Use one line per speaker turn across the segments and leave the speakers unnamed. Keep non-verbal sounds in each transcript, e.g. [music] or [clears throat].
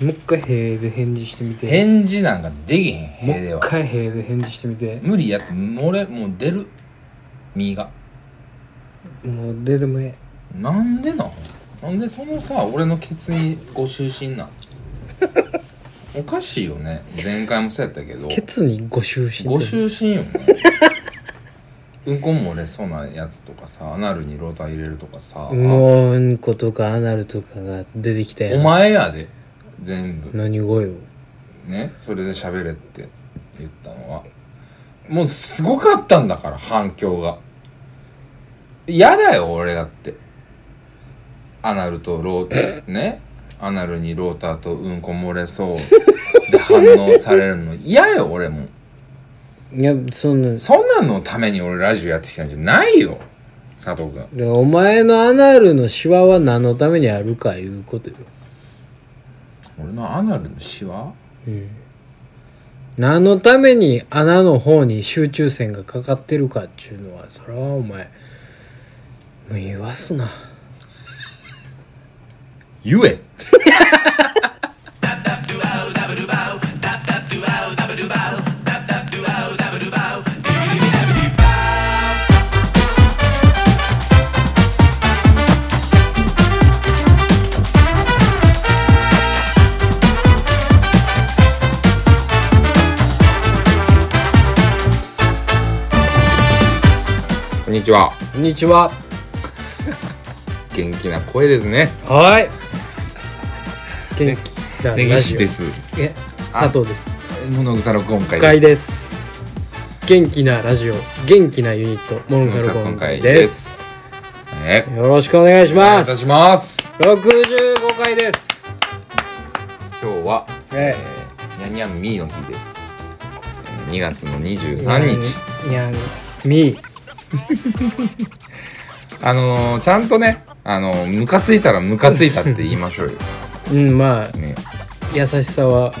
もう一回「へーで返事してみて
返事なんかできへん
も
へ
う
で
一
は
回「へーで返事してみて
無理やって俺もう出る身が
もう出てもえ
なんでなんなんでそのさ俺のケツにご就
[laughs]
寝なんおかしいよね前回もそうやったけど
えケツにご就寝
ご就寝よねうんこ漏れそうなやつとかさアナルにローター入れるとかさ
もううんことかアナルとかが出てきたや
お
ん
前やで全部
何語よ
ねそれで喋れって言ったのはもうすごかったんだから反響が嫌だよ俺だってアナルとロ [coughs] ーねアナルにローターとうんこ漏れそうで反応されるの嫌よ俺も
いやそんなだか
そんなののために俺ラジオやってきたんじゃないよ佐藤君
らお前のアナルのシワは何のためにあるかいうことよ
俺のアナルのシワ
うん何のために穴の方に集中線がかかってるかっちゅうのはそれはお前もう言わすな
言えこんにちは
こんにちは
元気な声ですね
はい元気な
根
ラ
岸
ジオ
です
え
あ
佐藤です
物草の今回
今回です元気なラジオ元気なユニットモノサルコン会です
えー
よろしくお願いし
お願い
ま
いたし
す
ます
65回です
今日は、
え
えー、にゃんにゃんみーの日です、えー、2月の23日
にゃんみー
あのー、ちゃんとねあのー、ムカついたらムカついたって言いましょうよ、
うんまあ
ね、
優しさは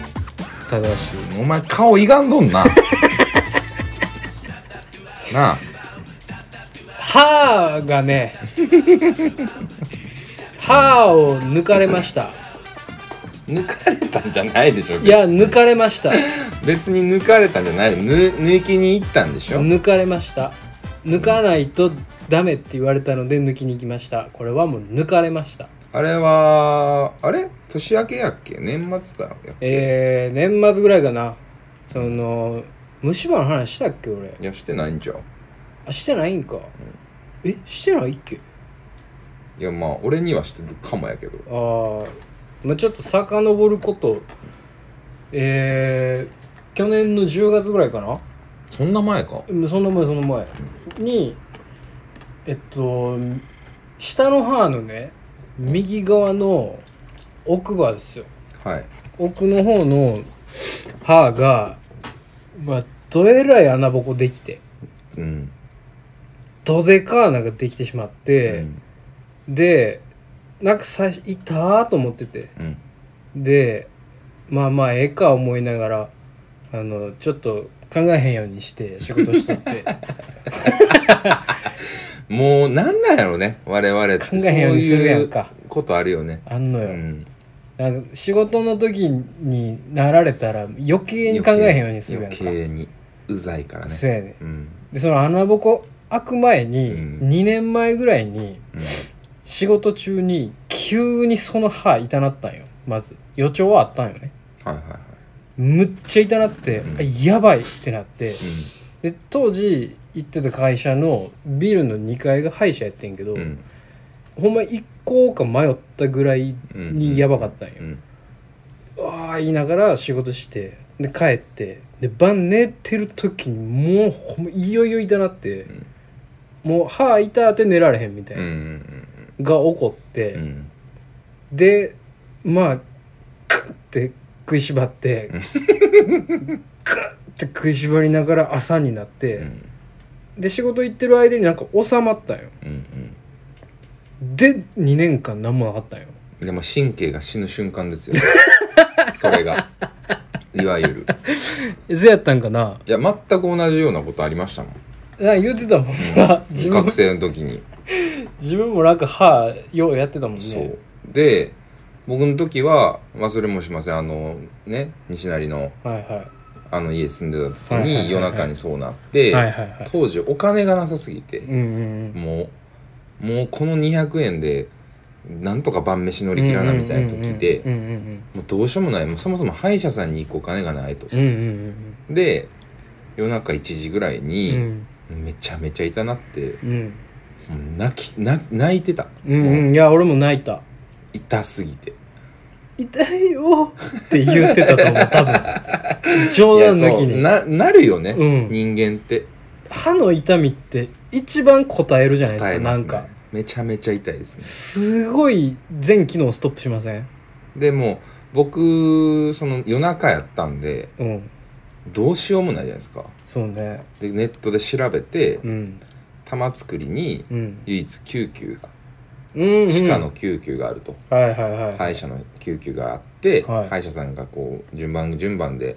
正し
お前顔いがんどん [laughs] なな
い
あ
歯が
[laughs]
ね歯を抜かれました
抜かれたんじゃないでしょ
いや抜かれました
別に抜かれたんじゃないぬ抜きに行ったんでしょ
抜かれました抜かないとダメって言われたので抜きに行きましたこれはもう抜かれました
あれはあれ年明けやっけ年末かやっけ、
えー、年末ぐらいかなその虫歯の話したっけ俺
いやしてないんじゃう
あしてないんか、えしてないっけ
いやまあ俺にはしてるかもやけど
あー、まあちょっと遡ることえー、去年の10月ぐらいかな
そんな前か
うんその前その前にえっと下の歯のね右側の奥歯ですよ
はい
奥の方の歯がまあどえらい穴ぼこできて
うん
どでか穴ができてしまって、でなんか最初痛ーと思ってて
うん
でまあまあええか思いながらあのちょっと考えへんようにして仕事しとって
[laughs] もうなんなんやろね我々って
考えへんようにするやんか
そういうことあるよね
あんの
う
よ、
ん
なんか仕事の時になられたら余計に考えへんようにするやんか
余計にうざいからね
そうやね
うん
でその穴ぼこ開く前に、
うん
2年前ぐらいに
うん
仕事中に急にその歯痛なったんよまず予兆はあったんよね
はいはいはい
むっちゃ痛なって、
うん
あやばいってなってで当時行ってた会社のビルの2階が歯医者やってんけど、
うんうん
ほんま行こうか迷ったぐらい
うん
にやばかったんよ、
うん
うわー言いながら仕事してで帰ってで晩寝てる時にもうほんまいよいよ痛なって、
ん
もう歯痛って寝られへんみたい
うんう
な、
ん
が起こって、
うんうん
でまあクッて食いしばってクッて食いしばりながら朝になって、
うん
で仕事行ってる間になんか収まったんよ
うんうん
で2年間何もなかったんよ
でも神経が死ぬ瞬間ですよそれがいわゆる
えそうやったんかない
や全く同じようなことありましたもん
なんか言ってたもんな自分
学生の時に
自分もなんか歯ようやってたもんね
そうで僕の時は、まあ、それもしませんあのね西成の
はいは
あの家住んでた時
はいはいはいは
に
い
夜中にそうなっ
い
て、
はいはいはい
当時お金がなさすぎて
うんうん
もうもうこの200円でなんとか晩飯乗り切らなみたいな時で
うんうん
もうどうしようもないもうそもそも歯医者さんに行くお金がないと
うんうんうん
で夜中1時ぐらい
うんう
に
ん
めちゃめちゃ痛なって
うん
もう泣き泣泣いてた、
うんうん
もう
いや俺も泣いた
痛すぎて
痛いよって言ってたと思う多分冗談抜き
い
に
やそうななるよね、
うん
人間って
歯の痛みって一番答えるじゃないですか
耐えま
な
す、
ん
ね、
か
めちゃめちゃ痛いですね
すごい全機能ストップしません
でも僕その夜中やったんで
うん
どうしようもないじゃないですか
そうね
でネットで調べて
うん
玉造りに
うん
唯一救急が
うんうん
歯科の救急があると、
はいはいはい
歯医者の救急があって、
はい
歯医者さんがこう順番順番で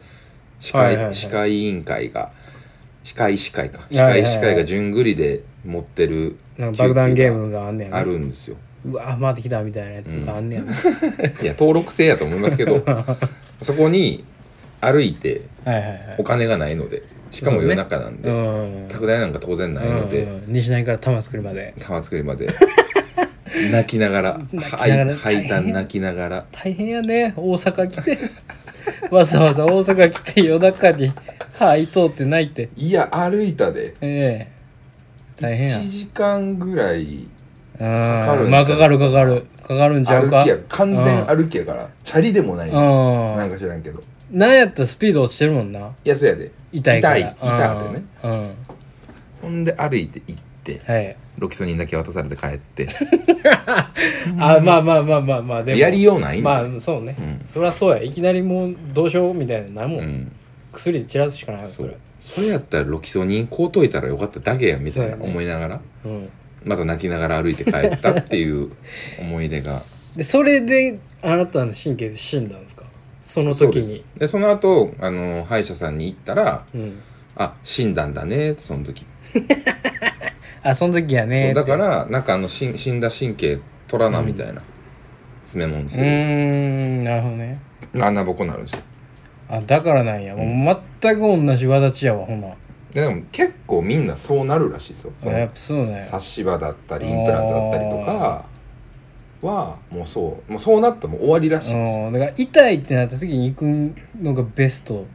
歯科,、
はいはいはい
歯科医委員会が歯科医師会か
い
歯
はいは
科
い
医師会が順繰りで持ってる
なんか爆弾ゲームがあんねやな
あるんですよ、
うわ回ってきたみたいなやつがあんねやな、
いや登録制やと思います
[laughs]
けどそこに歩いて
はいはいはい
お金がないのでしかも夜中なんで、
うん
宅配なんか当然ないので、
うんうんうん西成から玉作りまで
玉作
[laughs]
りまで泣きながら
泣きながら
はい
大
吐いた
変
泣きながら
大変やね大阪来てわざわざ大阪来て夜中に歯い通ってないって
いや歩いたで
ええ大変や
1時間ぐらい
か
かる
まあかかるかかるかかるんちゃう
歩
か
きや完全歩きやからチャリでもないな
うん
んか知らんけど
なんやったらスピード落ちてるもんな
やそうやで
痛いから
痛い痛ってね
うんうん
ほんで歩いて行って
はい
ロキソニンだけ渡されて帰って
[laughs] あまあまあまあまあまあでも
やりようないん
ま
だよ
あそうね、
うん
そりゃそうやいきなりもうどうしようみたいななんも、
うん
薬で散らすしかないよ
そ
それ
うそれやったらロキソニン買うといたらよかっただけやんみたい
そ
な
うやね
思いながら
うん
また泣きながら歩いて帰ったっていう
[laughs]
思い出が
でそれであなたの神経死んだんですかその
そう
時
です
に
でその後あの歯医者さんに行ったら
うん
「あ死んだんだね」ってその時、
あその時やね
そうだかららなんかあのしん死んだ神経取らなみたいな、詰め物
う
す
ー
る、
んなるほどね
穴ぼこなるし
あだからなんや、もう全く同じ輪立ちやわほんな
ででも結構みんなそうなるらしいですよそ
やっ
の
ぱそうね
差し歯だったりインプラントだったりとかはもうそうもうそうなっても終わりらしいですよ
うんだから痛いってなった時に行くのがベスト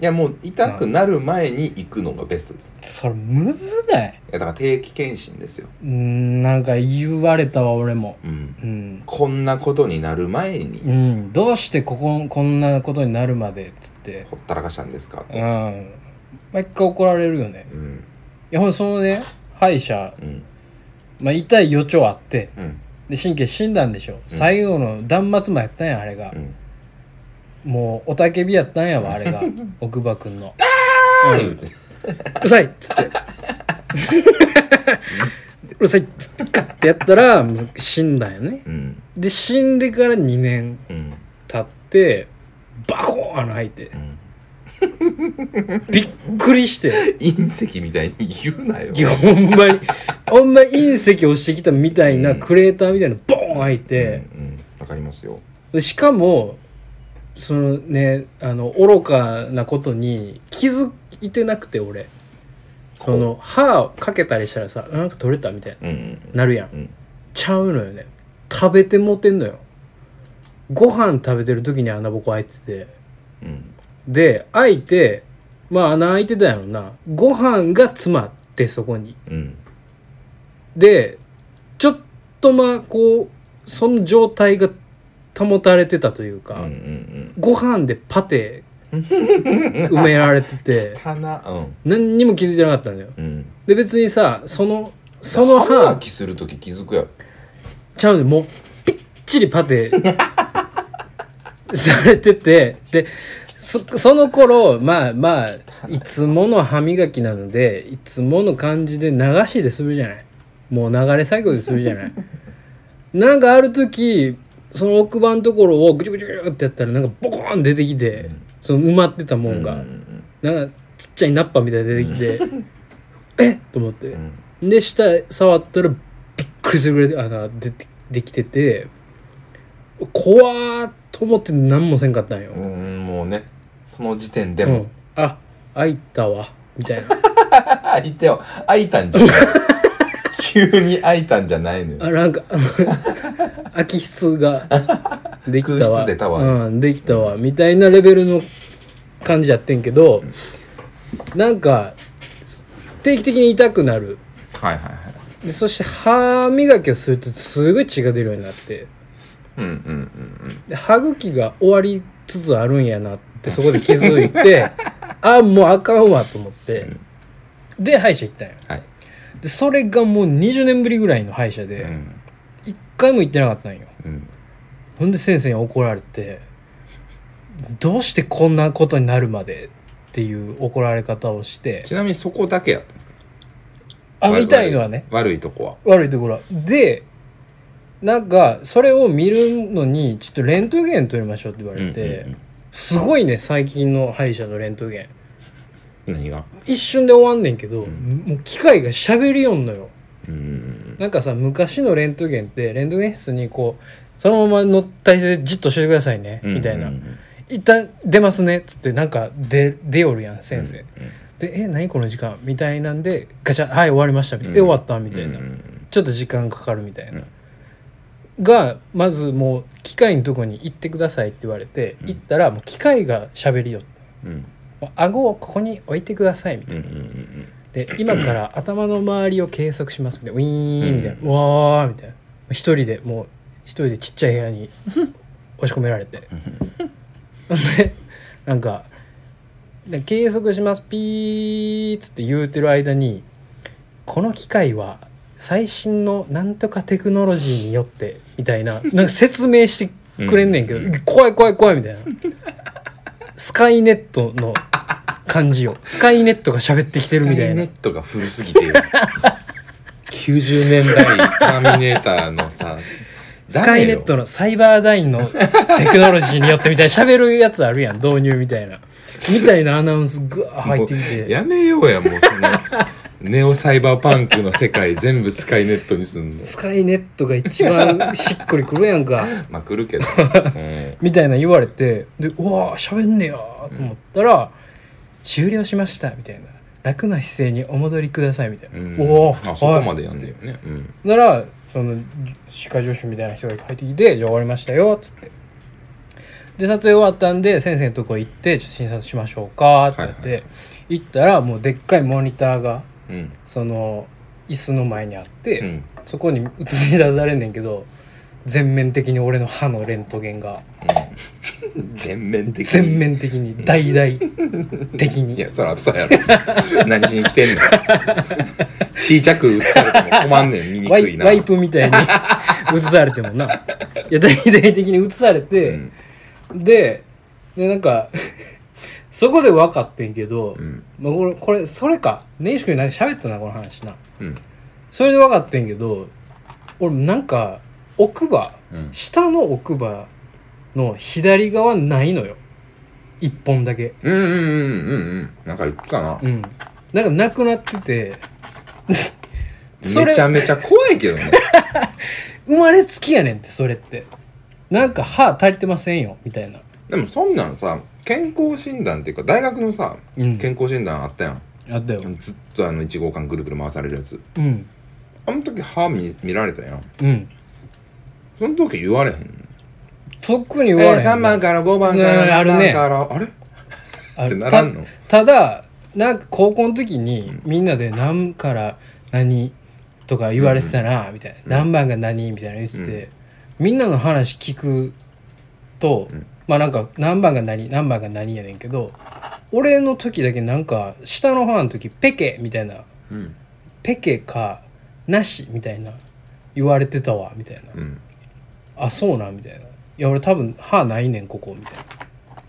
いやもう痛くなる前に行くのがベストです
それむずない
いやだから定期検診ですよ、
うんなんか言われたわ俺も
うん、
うん
こんなことになる前
う
に
ん、どうしてこここんなことになるまでっつって
ほったらかしたんですか
うん毎回怒られるよね
うん
いやほんとそのね歯医者、
うん
まあ、痛い予兆あって
うん
で神経死んだんでしょ、最後の断末魔やったんやあれが
う、ん
もうおたけびやったんやわあ
[laughs]
れが奥歯くんの
あ
う
ー
ん
言うて
うるさいっつって
[laughs]
うるさいっつってガッてやったらもう死んだんよね
うん
で死んでから2年
うん
経ってバコーン開いて
うん
びっくりして
[laughs] 隕石みたいに言うなよ
いやほんまにほんまに隕石落ちてきたみたいな、クレーターみたいなボーン開いて、
うんうんわかりますよ
でしかもそのねあの愚かなことに気づいてなくて俺その歯をかけたりしたらさあなんか取れたみたい
うんうん
ななるやん
うん
ちゃうのよね食べてもてんのよご飯食べてる時に穴ぼこ開いてて
うん
で開いてまあ穴開いてたんやろなご飯が詰まってそこに
うん
でちょっとまあこうその状態が保たれてたという
うん
か、
うん
ご飯でパテ埋められてて
汚
何にも気づいてなかったのよ
うんうん
で別にさそのその
歯磨
歯
きするとき気づくやろ
ちゃうねもうぴっちりパテ [laughs] されててでそその頃まあまあいつもの歯磨きなのでいつもの感じで流しでするじゃないもう流れ作業でするじゃ
[laughs]
ないなんかある時その奥歯のところをぐちゅぐちゅぐちゅってやったらなんかボコーン出てきて、その埋まってたもんが、
うんうん
なんかちっちゃいナッパみたいに出てき
[laughs]
て、えっと思って
う、ん
で下触ったらびっくりするぐらいあの出てできてて怖ーと思って何もせんかったんよ、
うんもうねその時点で
で
も、
もあ開いたわみたいな
開いてよ開いたんじゃない [laughs] 急に開いたんじゃないのよ
あなんか [laughs] 空き室ができた
空
わ
室出たわ
うん、できたわみたいなレベルの感じやってんけど、なんか定期的に痛くなる
はいはいはい
でそして歯磨きをするとすごい血が出るようになって
うんうんうん
で歯茎が終わりつつあるんやなってそこで気づい
[laughs]
てあもうあかんわと思って、で歯医者行ったんよ
はい、
でそれがもう20年ぶりぐらいの歯医者
う
で
ん
一回も行ってなかったんよ
うん
ほんで先生に怒られてどうしてこんなことになるまでっていう怒られ方をして
ちなみにそこだけやったんですか
あ
悪い
みたいのはね
悪いとこは
悪いところはでなんかそれを見るのにちょっとレントゲン取りましょうって言われて、
うんうん
すごいね最近の歯医者のレントゲン
うん、何が
一瞬で終わんねんけど、
うん
もう機械が喋りよんのよ
うん
なんかさ昔のレントゲンってレントゲン室にこうそのままの体勢でじっとしててくださいね、みたいな
うんうん
一旦出ますねっつってなんか出出よるやん
うん
先生、
うん
で「え何この時間」みたいなんでガチャ「はい終わりました」みたいな「え
うん
終わった」みたいな、
うんうん
ちょっと時間かかるみたいな、
うん
がまずもう機械のとこに行ってくださいって言われて、
うん
行ったらもう機械が喋りよって
うん
もう顎をここに置いてくださいみたいな
うんうんうん
で今
[clears throat]
から頭の周りを計測しますみたいなウィーンみたいな、
う
うわーみたいな一人でもう一人でちっちゃい部屋
[laughs]
に押し込められてでなんかで計測しますピーっつって言うてる間にこの機械は最新のなんとかテクノロジーによってみたい
[laughs]
ななんか説明してくれんねんけど、
うん
怖い怖い怖いみたいなスカイネットの感じをスカイネットが喋ってきてるみたい
ネ
な
ットが古すぎ
[laughs]
てる90年代ターミネーターのさ
スカイネット
の
のサイバーダインのテクノロジーによってみたいな喋るやつあるやん導入みたいなみたいなアナウンスぐわー入ってきて
やめようやもうその [laughs] ネオサイバーパンクの世界全部スカイネットにすんの
スカイネットが一番しっくりくるやんか
まあ来るけど、うん
みたいな言われてでうわー喋んねやーと思ったら、終了しましたみたいな楽な姿勢にお戻りくださいみたいな、
うん
おお
あそこまでやんだよね、うん
ならその歯科助手みたいな人が入ってきて「じゃあ終わりましたよ」っつってで撮影終わったんで先生のとこ行って「ちょっと診察しましょうか」って言って、
はいはい
行ったらもうでっかいモニターが
うん
その椅子の前にあって、
うん
そこに映し出されんねんけど全面的に俺の歯のレントゲンが
うん全面的に
全面的に大々的
い
に
やそら嘘
[laughs]
やろ何しに来てんの小さく映されても困んねん見に
ワ
くい
イ
な
ワイプみたいに [laughs] 映されてもないや大々的に映されて、
うん
ででなんか [laughs] そこで分かってんけど、
うん
まあ、これこれそれか根岸君に何か喋ったなこの話な
うん
それで分かってんけど俺なんか奥歯、
うん
下の奥歯の左側ないのよ一本だけ
うんうんうんうんうんなんか言ってたな
うんなんかなくなってて
[laughs]
それ
めちゃめちゃ怖いけどね
生まれつきやねんってそれってなんか歯足りてませんよみたいな
でもそんなんさ健康診断っていうか大学のさ、
うん
健康診断あったやん
あったよ
ずっとあの1号館ぐるぐる回されるやつ
うん
あの時歯見見られたやん
うん
その時言われへん
特に言われへん
3番から5番
う
か
ん
ら
あ
7
るね
番からあれ
あ
ってならんの
たただなんか高校の時にみんなで何から何とか言われてたなみたいな、
うん
何番が何みたいな言ってて、みんなの話聞くと、
うん
まあなんか何番が何何番が何やねんけど俺の時だけなんか下の班の時ペケみたいな
うん
ペケかなしみたいな言われてたわみたいな、
うん
あそうなんみたいないや俺多分歯ないねんここみたい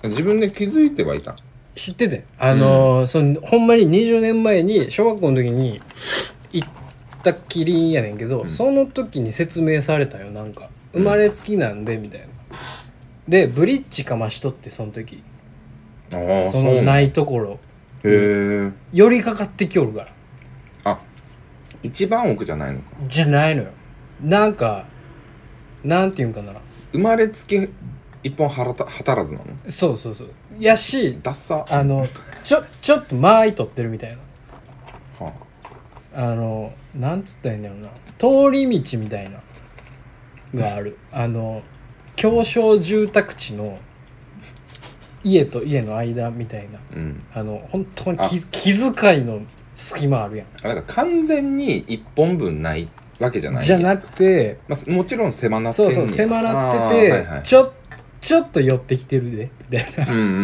な
自分で気づいてはいた
知っててあのーそのほんまに20年前に小学校の時に行ったきりやねんけど、
うん
その時に説明されたよなんか生まれつきなんでみたいな、でブリッジかましとってその時
ああ
そのない
へ
いところ
え
寄りかかってきおるから
あ一番奥じゃないのか
じゃないのよなんかなんていうんかな
生まれつき一本はらた働らずなの
そうそうそうやし
ダッサは
あのちょちょっと間合い取ってるみたいな
あ
あのなんつったらいいんだろうな通り道みたいながあるあの狭小住宅地の家と家の間みたいな
うん
あの本当に
あ
気気遣いの隙間あるやん
あれだ完全に一本分ないわけじゃない
じゃなくて
まあ、もちろん狭なってん
そう
ね
そう迫らっ
あ
て
ー
て、
はいはい
ちょちょっと寄ってきてるでみたいな
うんうんう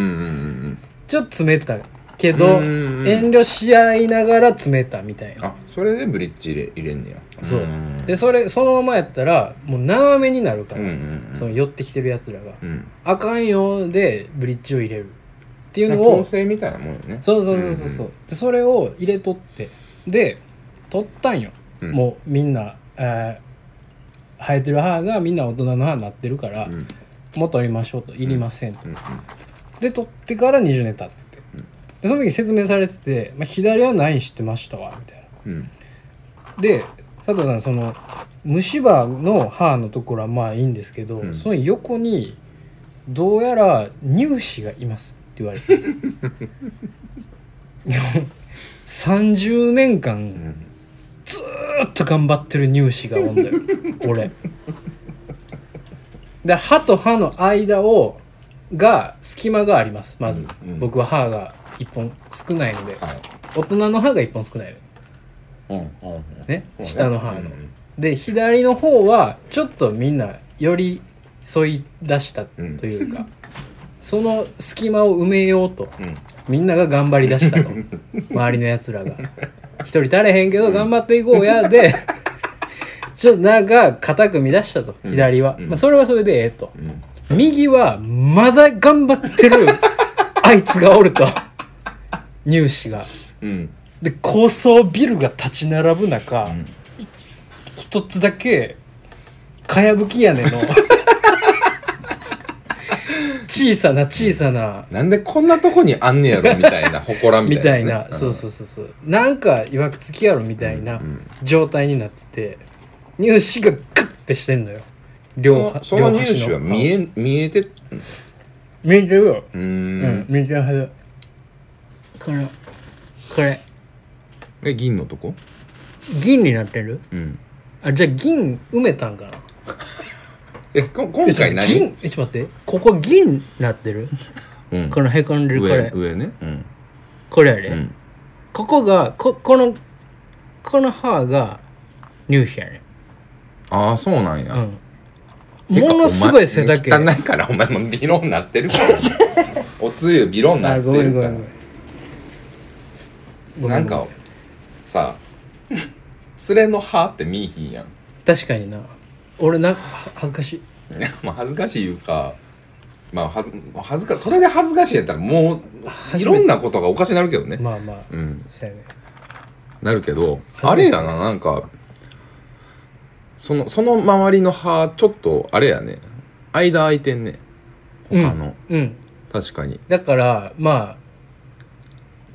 ん
ちょっと冷たけ
うん
ど
うんうんうん
遠慮し合いながら冷たみたいな
あそれでブリッジ入れ入れんねや
そうんでそれそのままやったらもう斜めになるか
う
ら、
んうんうん
その寄ってきてるやつらが
うん
「あかんよ」でブリッジを入れるっていうの
強
を
制みたいなもんよね
そうそうそうそうそう、でそれを入れとってで取ったんよ、
うん
もうみんな、えー生えてる歯がみんな大人の歯になってるから、
うんうん
もう取りましょうといりませんと、
うんうん
で取ってから20年経ってて、
うん
でその時説明されてて「まあ、左は何してましたわ」みたいな
うん
で佐藤さんその虫歯の歯のところはまあいいんですけど、
うん
その横にどうやら乳歯がいますって言われて30年
う
間
ん
ずっと頑張ってる乳歯がおんだよ俺で歯と歯の間をが隙間がありますまず、
うんうん
僕は歯が1本少ないので
はい
大人の歯が1本少ないの
うんうんうん
ね
そうね
下の歯
う
の
んうん
で左の方はちょっとみんな寄り添い出したというか、その隙間を埋めようと
うん
みんなが頑張り出
[laughs]
したと周りのやつらが一人足れへんけど頑張っていこうやでちょっとなんか固く乱したと
うん
左は、
うん
まあ、それはそれでええと
うん
右はまだ頑張ってるあいつがおる
[laughs]
と入試が
うん
で高層ビルが立ち並ぶ中、
うん
一つだけかやぶき屋
[laughs]
根の小さな小さな
なんでこんなとこにあんねやろみた
[laughs]
いな祠み
み
た
た
い
い
なや
な
つね
そうそうそうそうなんかいわくつきやろみたいな
うんうん
状態になってて乳歯がグッてしてんのよ両端
そのその
両端
入手は見え見えてう
見えてるよ
ー
うん、
ん
見えてるはずこのこれ
え銀のとこ
銀になってる
うん
あじゃあ銀埋めたんかな
えこ今回
えちょっ
何
と銀えちょっと待ってここ銀なってる
うん
このへこんでるこ
上
れ
上ねうん
これやで、
うん
ここがここのこの歯が乳歯やね
ああそうなんや
うんものすごい背丈
てかお前汚いからお前もビロンなってるからおつゆビロンな
あ
っ
ごめ
て
ん
る
ご
か
めん
ら
ごめんごめん
なんかさ連れの歯って見いひんやん [laughs]
確かにな俺なは恥ずかしい
まあ恥ずかしいいうかまあはず恥ずかそれで恥ずかしいやったらも
初めて
ういろんなことがおかしになるけどね、
まあまあ
うん
そうやね
なるけど
初
あ
め
れ
て
やななんかそのその周りの歯ちょっとあれやね間空いてんね他の、
うん
確かに
だからまあ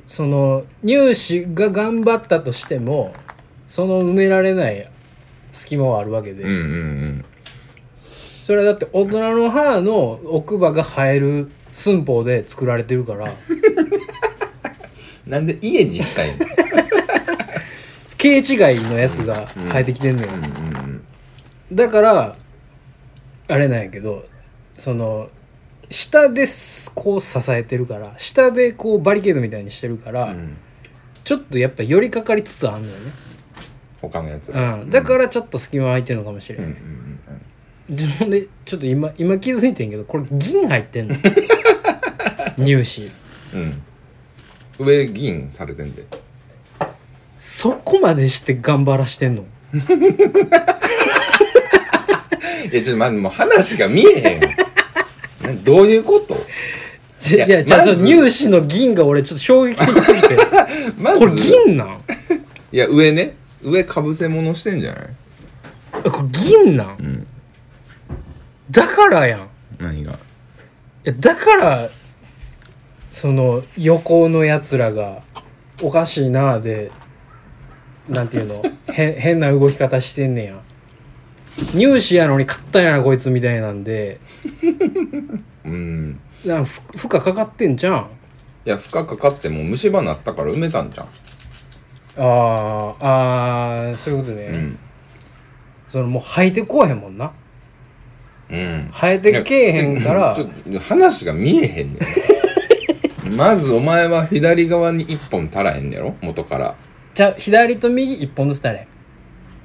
その乳歯が頑張ったとしてもその埋められない隙間はあるわけで、
うんうん
それはだって大人の歯の奥歯が生える寸法で作られてる
[laughs]
から
うんなんで家にしたいの
形違いのやつが生えてきてんのよ、
うんうんうん
だからあれなんやけどその下ですこう支えてるから下でこうバリケードみたいにしてるから、
うん
ちょっとやっぱ寄りかかりつつあんのよね、
他のやつら
うん、だからちょっと隙間空いてるのかもしれ
うん
ない、
うんうんうん
自分でちょっと今今気づいてんけどこれ銀入ってん
[laughs]
の入試
うん上銀されてんで
そこまでして頑張らしてんの
いやちょっと待ってもう話が見えへんよな [laughs] どういうこと
じゃ
や
いやじゃあ
ま
そ
ず
の入試の銀が俺ちょっと衝撃的す
[laughs]
ぎて
まず
これ銀なん
いや上ね上かぶせ物してんじゃない
えこれ銀なん、
ん
だからやんい
何が
やだからその横のやつらがおかしい [laughs] なあでなんていうのへ変な動き方してんねや入試やのに勝ったんやなこいつみたいなんで
うん
なんかふ負荷かかってんじゃん
いや負荷かかってもう虫歯なったから埋めたんじゃん
あーあーそういうことね、
うん
そのもう生えてこうへんもんな
うん
生えてけえへんから
ちょっと話が見えへんね
[laughs]
んまずお前は左側に1本足らへんねやろ元から
じゃ左と右一本ずつだれ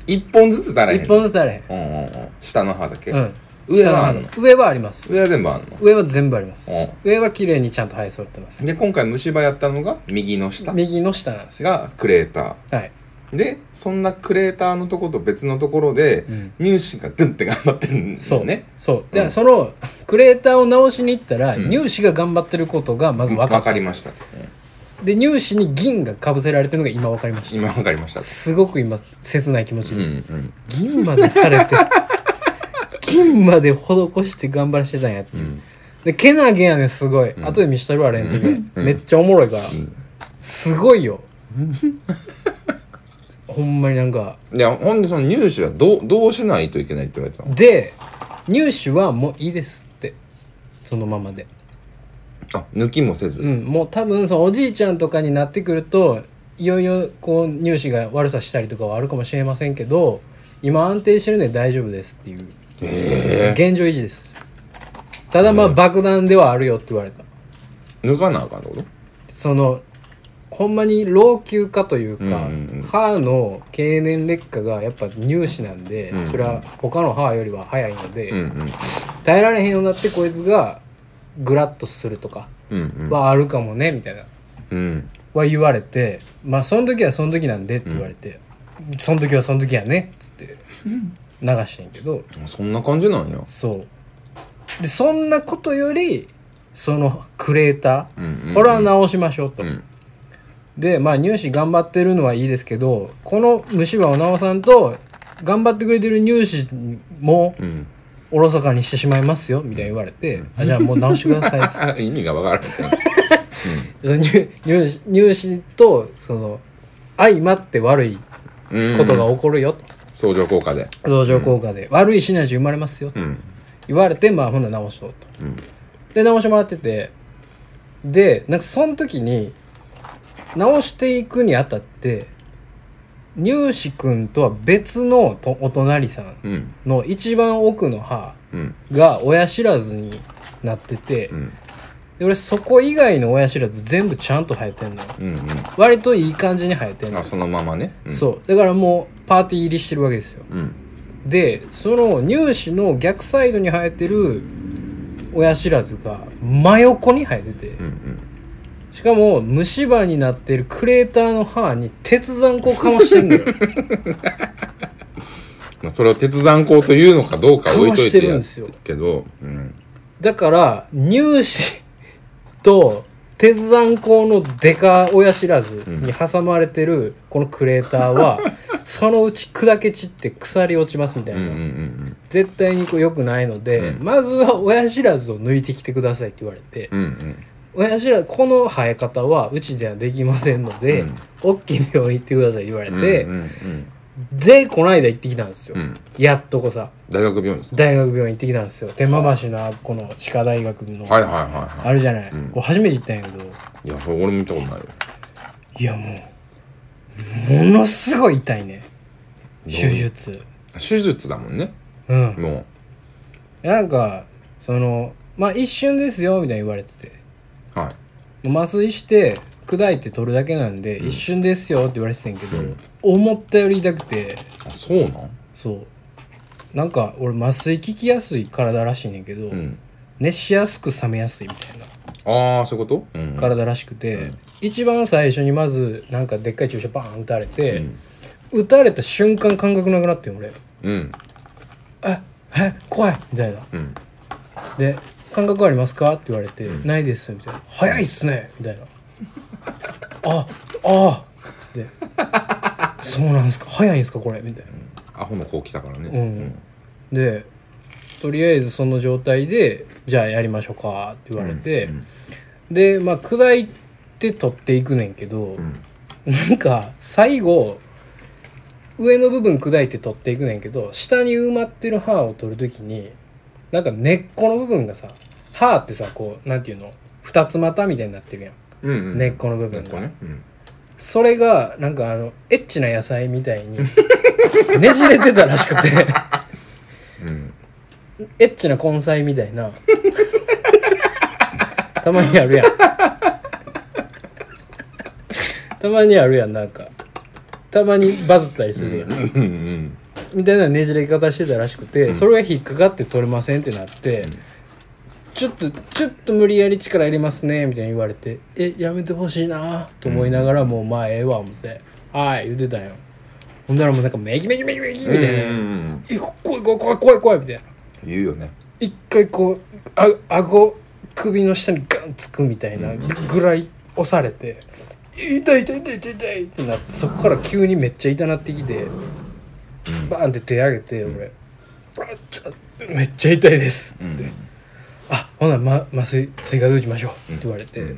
1本ずつ足らへん
一本ずつだれ
うんうんうん下の歯だけ、
うん
上はあるの
上はあります
上は全部あるの
上は全部あります
う
上は綺麗にちゃんと生え揃ってます
んで今回虫歯やったのが右の下
右の下なんですよ
がクレータ
はい
ーでそんなクレーターのとこと別のところで、
うん
入試がグンって頑張ってるんだ
そ
よ
う
ね
そうだからそのクレーターを直しに行ったら
ん
乳歯が頑張ってることがまず分
わ
か
か
った
りました、
で乳歯に銀がかぶせられてるのが今分かりまし
今わかりました
たすごく今切ない気持ち
うん
です
うん
銀までされ
[laughs]
て銀まで施して頑張らしてたんやって
うん
でけなげやねんすごい、
ん
後で見しとるわレントゲン、
うん
めっちゃおもろいから、
ん
すご
[laughs]
いよほんまになんか
いやほんでその入試はどうどうしないといけないって言われたの
で入試はもういいですってそのままで
あ抜きもせず、
うんもう多分そのおじいちゃんとかになってくるといよいよこう入試が悪さしたりとかはあるかもしれませんけど今安定してるんで大丈夫ですっていう
え
現状維持ですただまあ爆弾ではあるよって言われた
え抜かなあかんってこと
そのほんまに老朽化というか、
うんうんうん
歯の経年劣化がやっぱ乳歯なんで、
うんうん
それは他の歯よりは早いので、
うんうん
耐えられへんようになってこいつがグラッとするとか
うん
はあるかもねみたいな
うんうん
は言われてまあその時はその時なんでって言われて、その時はその時やねっつって流してんけど
そんな感じなんや
そうでそんなことよりそのクレータ
うんうんう
ー
ん
これは直しましょうと。
うん
でまあ乳歯頑張ってるのはいいですけどこの虫歯を直さんと頑張ってくれてる乳歯も
うん
おろそかにしてしまいますよみたいに言われて、あじゃあもう直してくださいっつっ
あ意味がわからん
て [laughs] その乳乳歯乳歯とその相まって悪い
うん
ことが
うん
起こるよと、
相乗効果で
同情効果で、悪いシナジー生まれますよと
うん
言われてまあほんなら直しようと
うん
で直してもらっててでなんかその時に直していくにあたって乳歯くんとは別のとお隣さん
うん
の一番奥の歯
うん
が親知らずになってて、
うん
で俺そこ以外の親知らず全部ちゃんと生えてんのよ
うん
割といい感じに生えて
うんん
の
あそのままねうん
そうだからもうパーティー入りしてるわけですよ
うん
でその乳歯の逆サイドに生えてる親知らずが真横に生えてて、
うんうん
しかも虫歯になってるクレーターの歯に鉄残光かましてんの
[laughs]
よ
まあそれを鉄山鋼というのかどうかは置いと
か
いて
ましてる
や
んですよ
けどうん
だから乳歯と鉄残光のデカ親知らずに挟まれてるこのクレーター
[laughs]
は、そのうち砕け散って腐り落ちますみた
う
い
んう
な、
んうん
絶対にこう良くないので、
うん
まずは親知らずを抜いてきてくださいって言われて、
うんうん
親知らずこの生え方はうちではできませんので、
うん
大きい病院行ってくださいって言われ
うん
て、
うんうん
でこの間行ってきたんですよ、
うん
やっとこさ
大学病院ですか
大学病院行ってきたんですよ天満橋のあこの歯科大学の、
はいはいはい
あ
は
るじゃない、
うん
俺初めて行ったんやけど
いいやそれ俺も見たことないよ
いやもうものすごい痛いね
どう
手術
手術だもんね
うん
も
なんかそのまあ一瞬ですよみたいに言われてて
うはい
もう麻酔して砕いて取るだけなんで、
うん
一瞬ですよって言われてたんやけど、
うん
思ったより痛くて
あそうなん
そうなんか俺麻酔効きやすい体らしいねんけど、
うん
熱しやすく冷めやすいみたいな
ああそういうことうん
体らしくて、
うん
一番最初にまずなんかでっかい注射バーン打たれ
う
て、
ん
打たれた瞬間感覚なくなってん俺
うん
ええ怖いみたいな
うん
で「感覚ありますか?」って言われて「
うん
ないです」みたいな「早いっすね」みたいな「ああ」っつって「そうなんですか早いんですかこれ」みたいな
アホの子来たからね
うんでとりあえずその状態で「じゃあやりましょうか」って言われて、
うん
でまあ砕いて取っていくねんけど、
うん
なんか最後上の部分砕いて取っていくねんけど下に埋まってる歯を取るときになんか根っこの部分がさ歯ってさこうなんていうの二つ股みたいになってるやん
うんうん
根っこの部
根っ
分
こ
が、
ね、うん、
それがなんかあのエッチな野菜みたいにねじれてたらしくて
うん、
エッチな根菜みたいなたまにあるやんたまにあるやんなんかたまにバズったりするやん、
うんうん
みたいなねじれ方してたらしくて、
うん
それが引っかかって取れませんってなって、
うん
ちょっとちょっと無理やり力入れますねみたいに言われて「えやめてほしいな」と思いながら、もうまあええわ思って「はい」言ってたんよほんだらもうなんか「メキメキメキメキ」みたいな
うんうんうん
「え怖い怖い怖い怖い怖い」みたいな
言うよね
一回こうあ顎首の下にガンつくみたいなぐらい押されて「痛い痛い痛い痛い痛い」ってなってそこから急にめっちゃ痛なってきてバーンって手上げて俺「あちょめっちゃ痛いです」っつって
うん
「あほな、ま、麻酔追加で打ちましょう」って言われて、
うん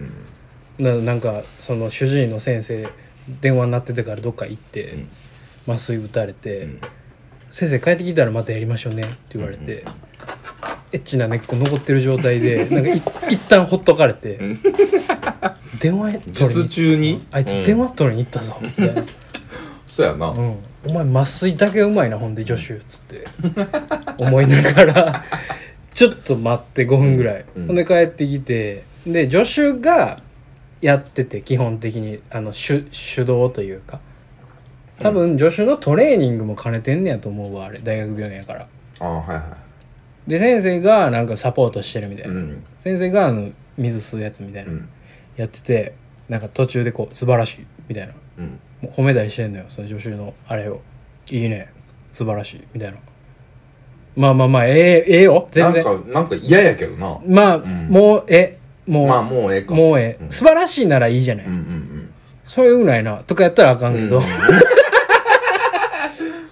うん
ななんかその主治医の先生電話になっててからどっか行って、
ん
麻酔打たれて、
ん
先生帰ってきたらまたやりましょうね」って言われて、エッチな根っこ残ってる状態でなんかい一旦ほっとかれて
ん
「電話取り
術
に
中に
あいつ
うん
電話取りに行ったぞ」みたいな
そうやな、
うんお前麻酔だけうまいなほんで助手」っつって思いながらちょっと待って5分ぐらい、
うん
ほんで帰ってきてで助手がやってて基本的にあの主主導というか多分助手のトレーニングも兼ねてんねやと思うわあれ大学病院やから
ああはいは
で先生がなんかサポートしてるみたい
い
な、
ん
先生があの水吸うやつみたいな、
うん
やっててなんか途中でこう「素晴らしい」みたいな
うん
もう褒めたりしてんのよその助手のあれを「いいね素晴らしい」みたいなまあまあまあええええよ全然
なんかなんか嫌やけどな
まあ、
ん
もうえもう、
まあもうええか
もうええ、
うん
素晴らしいならいいじゃない、
うんうん
それぐらいなとかやったらあかんけど、
うん
[laughs]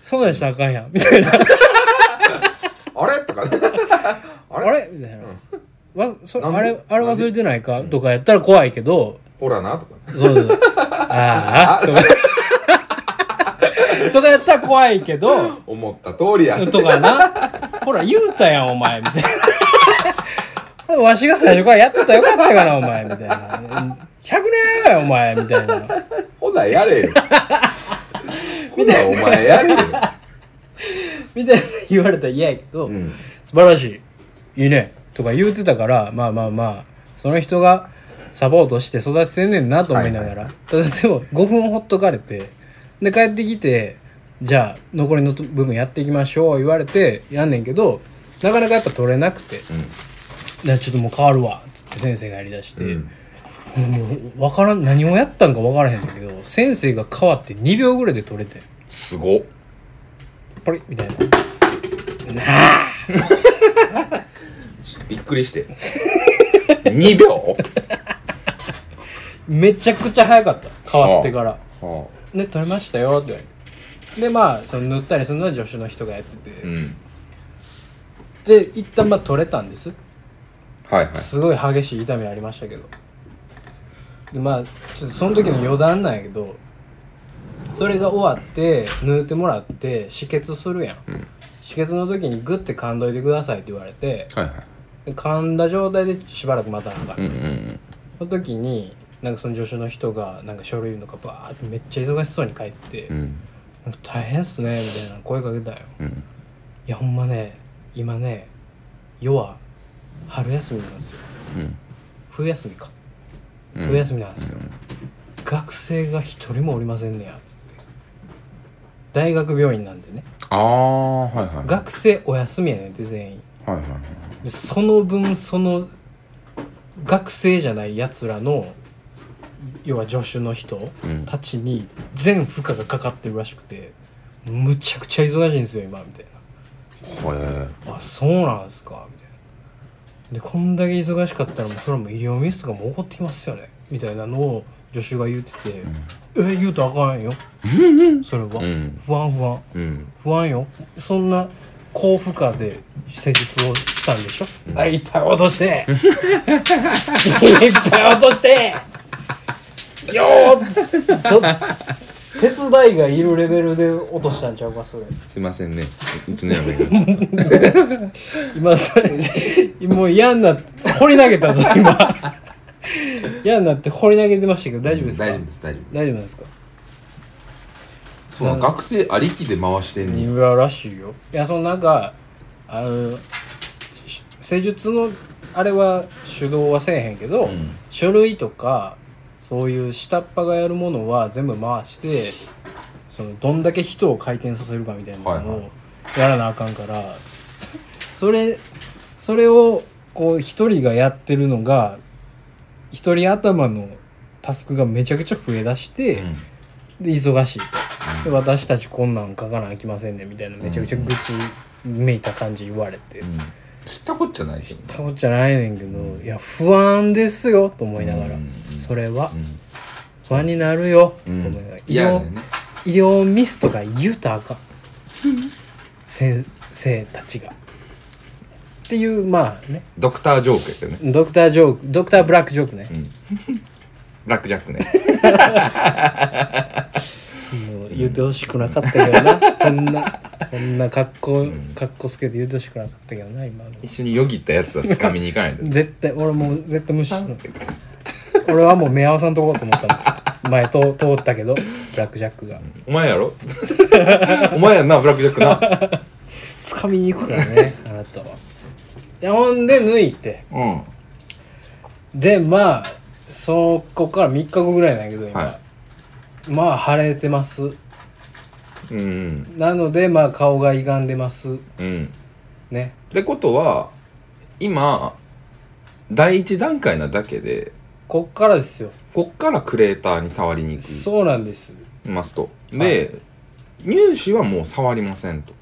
そんなんしたらあかんやんみたいな
うんあれとかあ
あ
れ
れみたいな、わそ
なんで
あれあれ
なんで
忘れてないかとかやったら怖いけど
[laughs] ほらなとか
そうそうあ
[laughs]
あとかとかやったら怖いけど
思った通りや
とかな。ほら、言うたやん、お前、みたいな。わしが最初からやっとったらよかったかな、お前、みたいな。100年やがよ、お前、みたいな。
ほなやれよ
[laughs]
ほなお前やれよ
みたいな言われたら嫌やけど、
うん
素晴らしい。いいね。とか言うてたから、まあまあまあ、その人がサポートして育ててんねんなと思いながら。ただでも、5分ほっとかれて、で、帰ってきて、じゃあ、残りの部分やっていきましょう、言われて、やんねんけど、なかなかやっぱ取れなくて。いやちょっともう変わるわ」っつって先生がやりだして、
うん
もう分からん何をやったんか分からへんだけど先生が変わって2秒ぐらいで取れて
すごっ
「パリッ」みたいな
ちょっとびっくりして [laughs] 2秒
[laughs] めちゃくちゃ早かった変わってから
は
「で取れましたよ」って言われてでまあその塗ったりするのは助手の人がやって
あ
て、
うん
で一旦まあ取れたんです
はいはい
すごい激しい痛みありましたけどでまあちょっとその時の余談なんやけどそれが終わって縫ってもらって止血するやん、
ん
止血の時にグッて噛んどいてくださいって言われて
はいはい
で噛んだ状態でしばらく待たなあかん
うんうん
その時になんかその助手の人がなんか書類とかバーってめっちゃ忙しそうに書いてて、
うん
なんか大変っすねみたいな声かけたんよ
うん
いやほんまね今ね夜は春休みなんですよ
うん
冬休みか
うん
冬休みなんですよ、学生が一人もおりませんねやつって大学病院なんでね
ああはいはい
学生お休みやねんって全員
はいはいはい
でその分その学生じゃないやつらの要は助手の人
うん
たちに全負荷がかかってるらしくてむちゃくちゃ忙しいんですよ今みたいな
これ
あそうなんすかみたいなでこんだけ忙しかったらもうそれはもう医療ミスとかも起こってきますよねみたいなのを助手が言ってて「え言うとあかんよそれは、
うん
不安不安
うん
不安よそんな高負荷で施術をしたんでしょ、あいっぱい落としていっぱい落としてよーど
[laughs] 手伝いがいるレベルで落としたんちゃうかそれ
すいま [laughs] せんねうちの嫁が
今さもう嫌になって掘り投げたぞ今嫌になって掘り投げてましたけど大丈夫ですか
大丈夫です大丈夫です
大丈夫なんですか
そうなん学生ありきで回してんね
三浦らしいよいやそのなんかあのし施術のあれは手動はせえへんけど、
ん
書類とかそういう下っ端がやるものは全部回してそのどんだけ人を回転させるかみたいなの
はいは
をやらなあかんから、 [laughs] それそれをこう一人がやってるのが一人頭のタスクがめちゃくちゃ増えだして、
うん
で忙しいで私たちこんなん書かなあきませんねみたいなめちゃくちゃ愚痴めいた感じ言われて、
うん知ったこっちゃない人
たことじゃないねんけど、いや不安ですよと思いながら、
うん
それは、
う
不安になるよ、
ん
と
う
思いながら
ん
医
嫌や
療
ねんね
医療ミスとか言うたらあかん先生たちがっていうまあね
ドクタージョークやけどね
ドクタージョークドクターブラックジョークね、
ブラックジャックね
もう言ってほしくなかったけどな、
[laughs]
そんなそんな格好格好つけて言ってほしくなかったけどな今の
一緒によぎったやつは掴みに行かないと
絶対俺もう絶対無視しろ俺はもう目合わさんとこうと思った
[laughs]
もん前と通ったけどブラックジャックが
お
[laughs]
前やろお前やんなブラックジャックな
掴みに行くから
[laughs]
ねあなたはいやほんで抜いて
うん
でまあそこから3日後ぐらいなんやけど今、
は
まあ腫れてます
うん
なのでまあ顔が歪んでます
うん
ね
ってことは今第一段階なだけで
こっからですよ
こっからクレーターに触りに行
そうなんです
きますとで、入試はもう触りませんと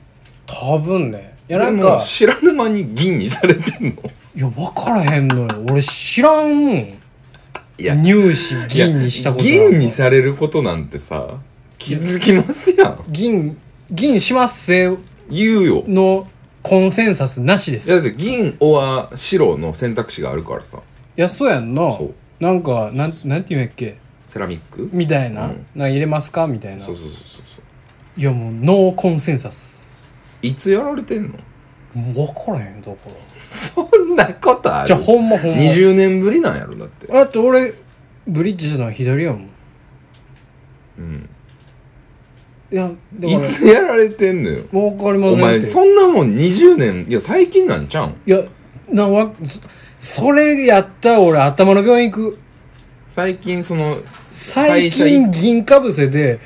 多分ねい
で
やなん
も
か
知らぬ間に銀にされてんの
いや分からへんのよ俺知らん
[laughs] いや
入試銀にしたことない
いや銀にされることなんてさ気づきますやん
銀銀しますせ
言うよ
のコンセンサスなしで
いやだっ
す
て銀オア白の選択肢があるからさ
いやそうやんな
そう
なんかなんなんていうんやっけ
セラミック
みたいな,、
うん
なんか入れますかみたいな
そうそうそうそうそう
いやもうノーコンセンサス
いつやられてんの [laughs]
もう分からへんところ
そんなことある
じゃあほんまほんま
20年ぶりなんやろだって
だって俺ブリッジしたのは左やもん
うん
いやだか
い
ら
つやられてんのよ
もう分かりませ
お
んっ
前
て
そんなもん20年いや最近なんちゃうん
いやなわそそれやったら俺頭の病院行く
最近その
最近銀かぶせで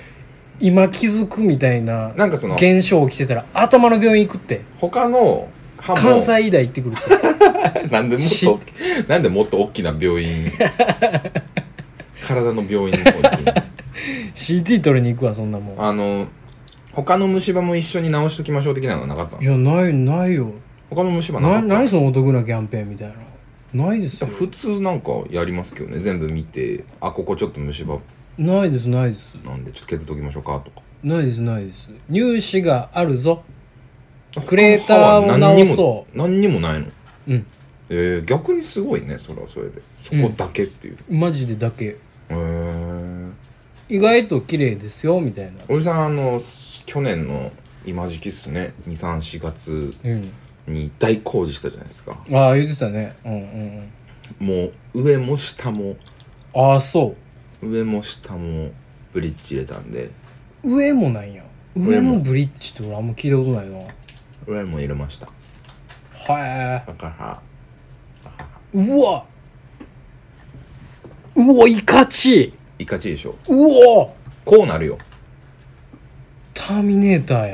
今気づくみたいな
なんかその
現象起きてたら頭の病院行くって
他の歯も
関西医大行ってくるって
[laughs] なんでもっ
し
となんでもっと大きな
[laughs]
病院体の病院の方に
CT 取りに行くわそんなもん
あの他の虫歯も一緒に治しときましょう的なのはなかったの
いやないないよ
他の虫歯なか
な
った
何そのお得なキャンペーンみたいなないですよ
普通なんかやりますけどね全部見てあここちょっと虫歯
ないですないです
なんでちょっと削っときましょうかとか
ないですないです入試があるぞクレーターを
他の歯は何に
直そ
も何にもないの
うん
えー、逆にすごいねそれはそれでそこだけっていう、
マジでだけ
へえ
意外と綺麗ですよみたいな
おじさんあの去年の今時期っすね234月
うん
に大工事したじゃないですか
ああ言ってたねうんうんうん
もう上も下も
ああそ
上も下もブリッジ入れたんで
う上もなんや上
上も
のブリッジって俺あんま聞いたことないな
上も入れました
はえ
だから
うわうわいかち
いかちいでしょ
うわ
こうなるよ
ターミネーター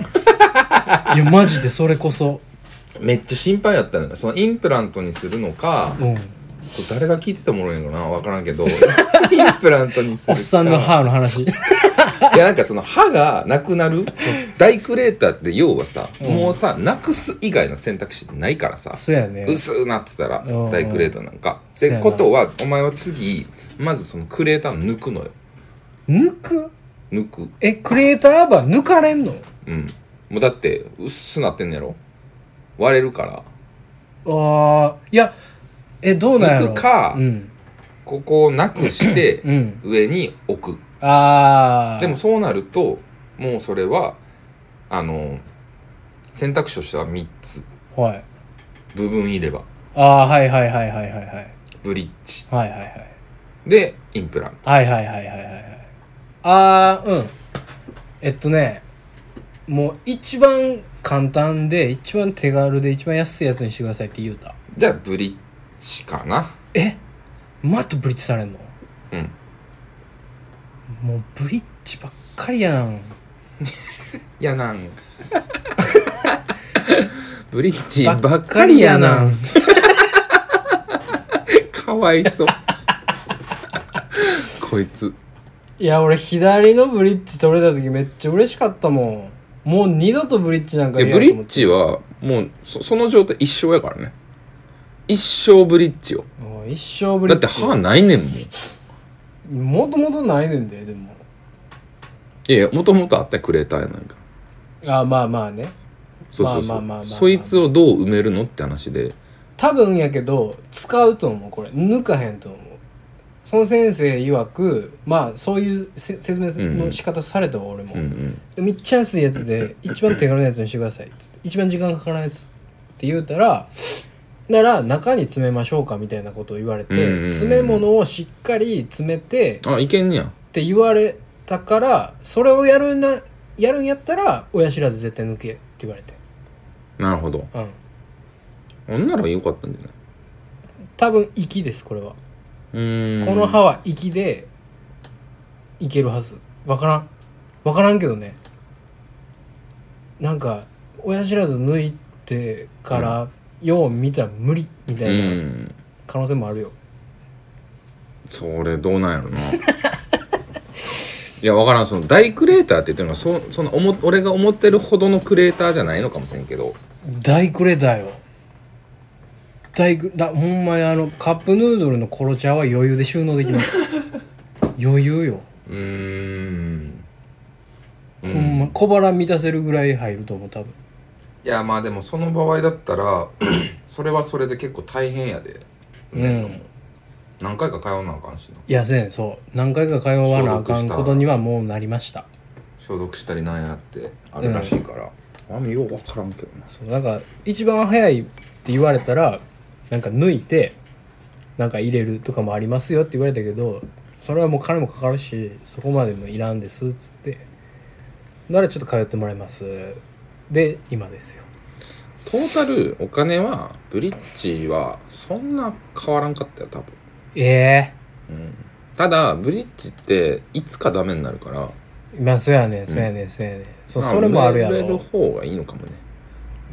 や
[laughs]
んいやマジでそれこそ
めっちゃ心配やったのよそのインプラントにするのか
うん
これ誰が聞いてたもろいのかな分から
[laughs]
んけどインプラントにする
お
か
っさんの歯の話
いやなんかその歯がなくな
[laughs]
るその大クレーターって要はさ、
うん
もうさなくす以外の選択肢ないからさ
そうやね
薄くなってたら
うん
大クレーターなんか。っ
そう
て
やな
ことはお前は次まずそのクレーターを抜くのよ
抜く
抜く
えクレーターアバー抜かれんの
うんもうだって薄くなってんのやろ割れるから
ああいやえどうなんやろ
抜くか
うん
ここをなくして
うん
上に置く
ああ
でもそうなるともうそれはあの選択肢としては3つ
はい
部分入れ歯
ああはいはいはいはいはいはい
ブリッジ
はいはいはい
でインプラント
はいはいはいはいはいはいああうんえっとねもう一番簡単で一番手軽で一番安いやつにしてくださいって言うた
じゃあブリッジかな
えまたブリッジされんの
うん
もうブリッジばっかりやん
いやなんブリッジばっかりやなんかわいそう [laughs] こいつ
いや俺左のブリッジ取れた時めっちゃ嬉しかったもんもう二度とブリッジなんか
え
嫌や
ブ
と
リ
思っ
ッ
て
ジはもうそその状態一生やからね一生ブリッジを
もう一生ブリ
だ
ッ
って
ジ
歯ないねんもんい
もともとないねんででも
やいやもともとあったクレーターやないから
ああまあまあね
そうそうそ
まあまあまあまあ
う
まあ
そいつをどう埋めるのって話で
多分やけど使うと思うこれ抜かへんと思うその先生曰くまあそういうせ説明の仕方されたわ、俺も
うんう、ん
めっちゃ安いやつで一番手軽なやつにしてくださいっつって一番時間かからないやつって言うたらなら中に詰めましょうかみたいなことを言われて、
うんうんうん
詰め物をしっかり詰めてっ
あいけんねや
て言われたからそれをやるなやるんやったら親知らず絶対抜けって言われて
なるほど
うん
ほんならよかったんじゃない
多分息ですこれは
うーん
この歯は息でいけるはずわからんわからんけどねなんか親知らず抜いてから、よう見たら無理み
う
たいなん可能性もあるよ、
それどうなんやろないやわからんその大クレーターって言ってるのはそそのおも俺が思ってるほどのクレーターじゃないのかもしれんけど
大クレだよ大クだほんまにあのカップヌードルのコロチャは余裕で収納できます [laughs] 余裕よ、
うーんう
ほんま小腹満たせるぐらい入ると思う多分
いやまあでもその場合だったら [clears throat] それはそれで結構大変やで、
うん
何回か通わなあかんしない
やせやねんそう何回か通わなあかんことにはもうなりました
消毒したりなんやってあるらしいから、あんまよう分からんけどな
そうなんか一番早いって言われたらなんか抜いてなんか入れるとかもありますよって言われたけどそれはもう金もかかるしそこまでもいらんですっつってならちょっと通ってもらいますで今ですよ
トータルお金はブリッジはそんな変わらんかったよ多分、
え
うん、ただブリッジっていつかダメになるから
えまあそうやねんそうやねんそうやねんそう
ま
それもあるや
売れる
ろ
方がいいのかもね、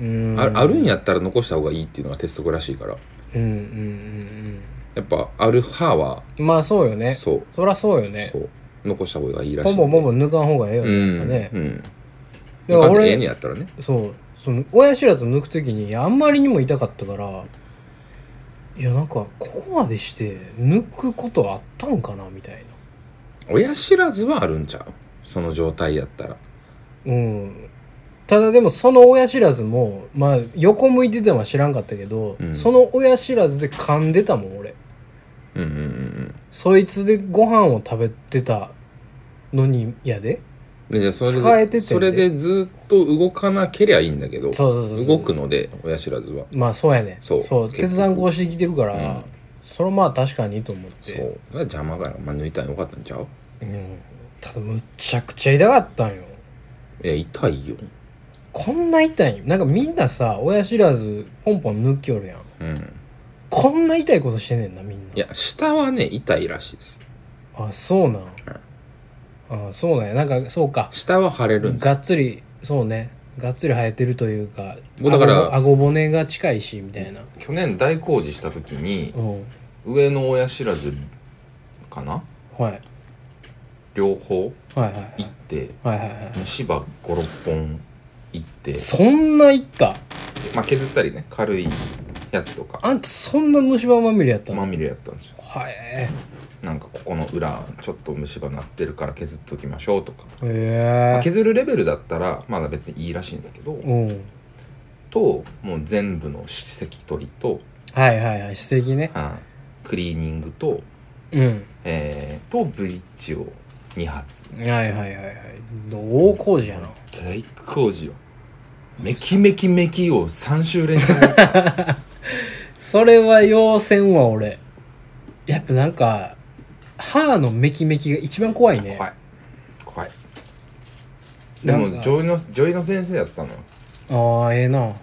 うん
ああるんやったら残した方がいいっていうのが鉄則らしいから
うんうんうん
やっぱある派は
うんまあそうよねそ
そう
らそうよね
そう残した方がいいらし
ポ
い
ンポンポンポン抜かん方がええよ
う
ね,、
ん、
ね
うん
でも俺
ええねやったらね
そうその親知らず抜く時にあんまりにも痛かったからいやなんかここまでして抜くことあったんかなみたい
親知らずはあるんちゃうその状態やったら
なうんただでもその親知らずもまあ横向いてては知らんかったけど、
うん
その親知らずで噛んでたもん俺
うんうんうんうん
そいつでご飯を食べてたのにやで
でじゃあそれで
使えててんで
それでずっと動かなけりゃいいんだけど
そうそうそうそう
動くので親知らずは
まあそうやね
そう
そう
結局
決断こうしてきてるから、
うん
それまあ確かにと思って
そうだから邪魔が、まあ、抜いたらよかったんちゃう
うん、ただむちゃくちゃ痛かったんよ
いや痛いよ
こんな痛いんなんかみんなさ親知らずポンポン抜きよるやん
うん
こんな痛いことしてんねんなみんない
や下はね痛いらしいです
あそうなん、あそうなんやなんかそうか
下は腫れるんです
がっつりそうねがっつり生えてるというか
もうだから
顎顎骨が近いしみたいな
去年大工事した時に
うん
上の親知らずかな
はい
両方
はいはい
行って
はいはいはいは
虫歯56本行って
いそんな痛っ
まあ削ったりね軽いやつとか
あんたそんな虫歯まみれやったの、
まみれやったんですよ
はいへ
なんかここの裏ちょっと虫歯なってるから削っときましょうとか、まあ
え
削るレベルだったらまだ別にいいらしいんですけど
うん
ともう全部の歯石取りと、
はいはいはい歯石ね
はいクリーニングと、
うん
えーとブリッジを2発
はいはいはいはい大工事やな
大工事よメキメキメキを3週連続
それは要せんわ俺やっぱなんか歯のメキメキが一番怖いね
怖い怖いでも
なんか
女医の女医の先生やったのよ
ああええな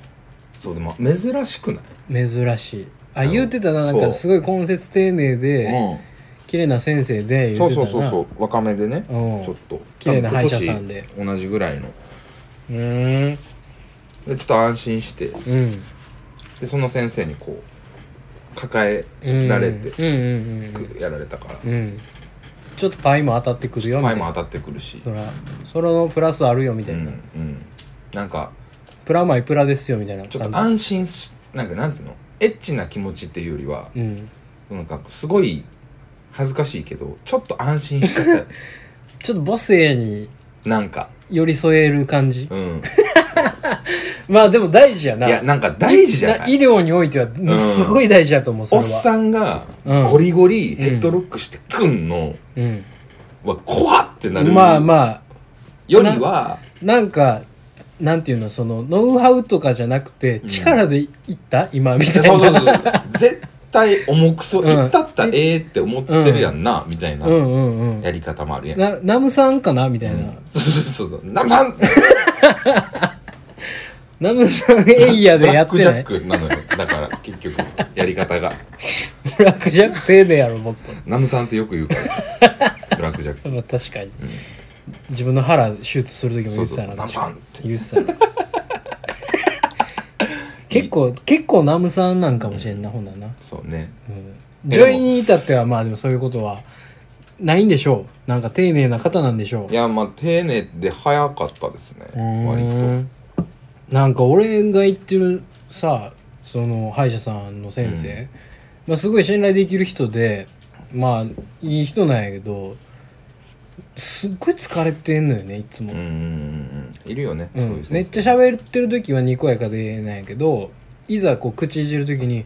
そうでも珍しくない
珍しいあ
の
言うてたななん
そう
かすごい根節丁寧で
うん
綺麗な先生で言
そうう
てた
そ
な
うそうそう若めでね
うん
ちょっと
綺麗な
多分
歯医者さんで
今年同じぐらいの
うーん
でちょっと安心して
うん
でその先生にこう抱えられて
うんうんうん
やられたから
うん、うん、ちょっとパイも当たってくるよみた
前
い
も
な
当たってくるし
そらそれのプラスあるよみ
う
たい
ん
な、
うんなんか
プラマイプラですよみたいな
ちょっ
感
と
じ
安心しなんかなんつうのエッチな気持ちっていうよりは
うん
なんかすごい恥ずかしいけどちょっと安心しちゃったよ
ちょっと母性に
な
[laughs]
んか
寄り添える感じ
うん
まあでも大事やない
やなんか大事じゃな
医
い
療においては
ん
すごい大事やと思うそ
お
れ
っ
は
さんが
うん
ゴリゴリヘッドロックしてくんの
うん
は怖ってなる
まあまあ
よりは
なんかなんていうのそのノウハウとかじゃなくて
ん
力でいった今みた
そう
いな
そうそうそう絶対重くそ
うん
いったったらええって思ってるやんなみたいな
うんうんう
やり方もあるや
ん
ん
なナムさんかなみたいな、
そうそうそうなんなん
ナムさんエイヤ
ブ
でやっ
ラック
て
ジ
な
ャッ
い
クなのよだから結局やり方が
ブラックジャック丁寧やろもっと
ナムさんってよく言うからさ
[laughs]
ブラックジャック
まあ確かに、自分の腹手術する時も言
そう
って
そうそ
た
う
な
ナムさんって
言ってた
[laughs]
な結構結構ナムさんなんかもしれんな、ほんならな、
そうね
うん、女医に至ってはまあでもそういうことはないんでしょうなんか丁寧な方なんでしょう
いやまあ丁寧で早かったですね割と
割となんか俺が言ってるさその歯医者さんの先生、
うん
まあ、すごい信頼できる人でまあいい人なんやけどすっごい疲れてんのよねいつも、
うんうんうんうんいるよね
うん
そういう先生
めっちゃ喋ってる時はにこやかでなんやけどいざこう口いじる時に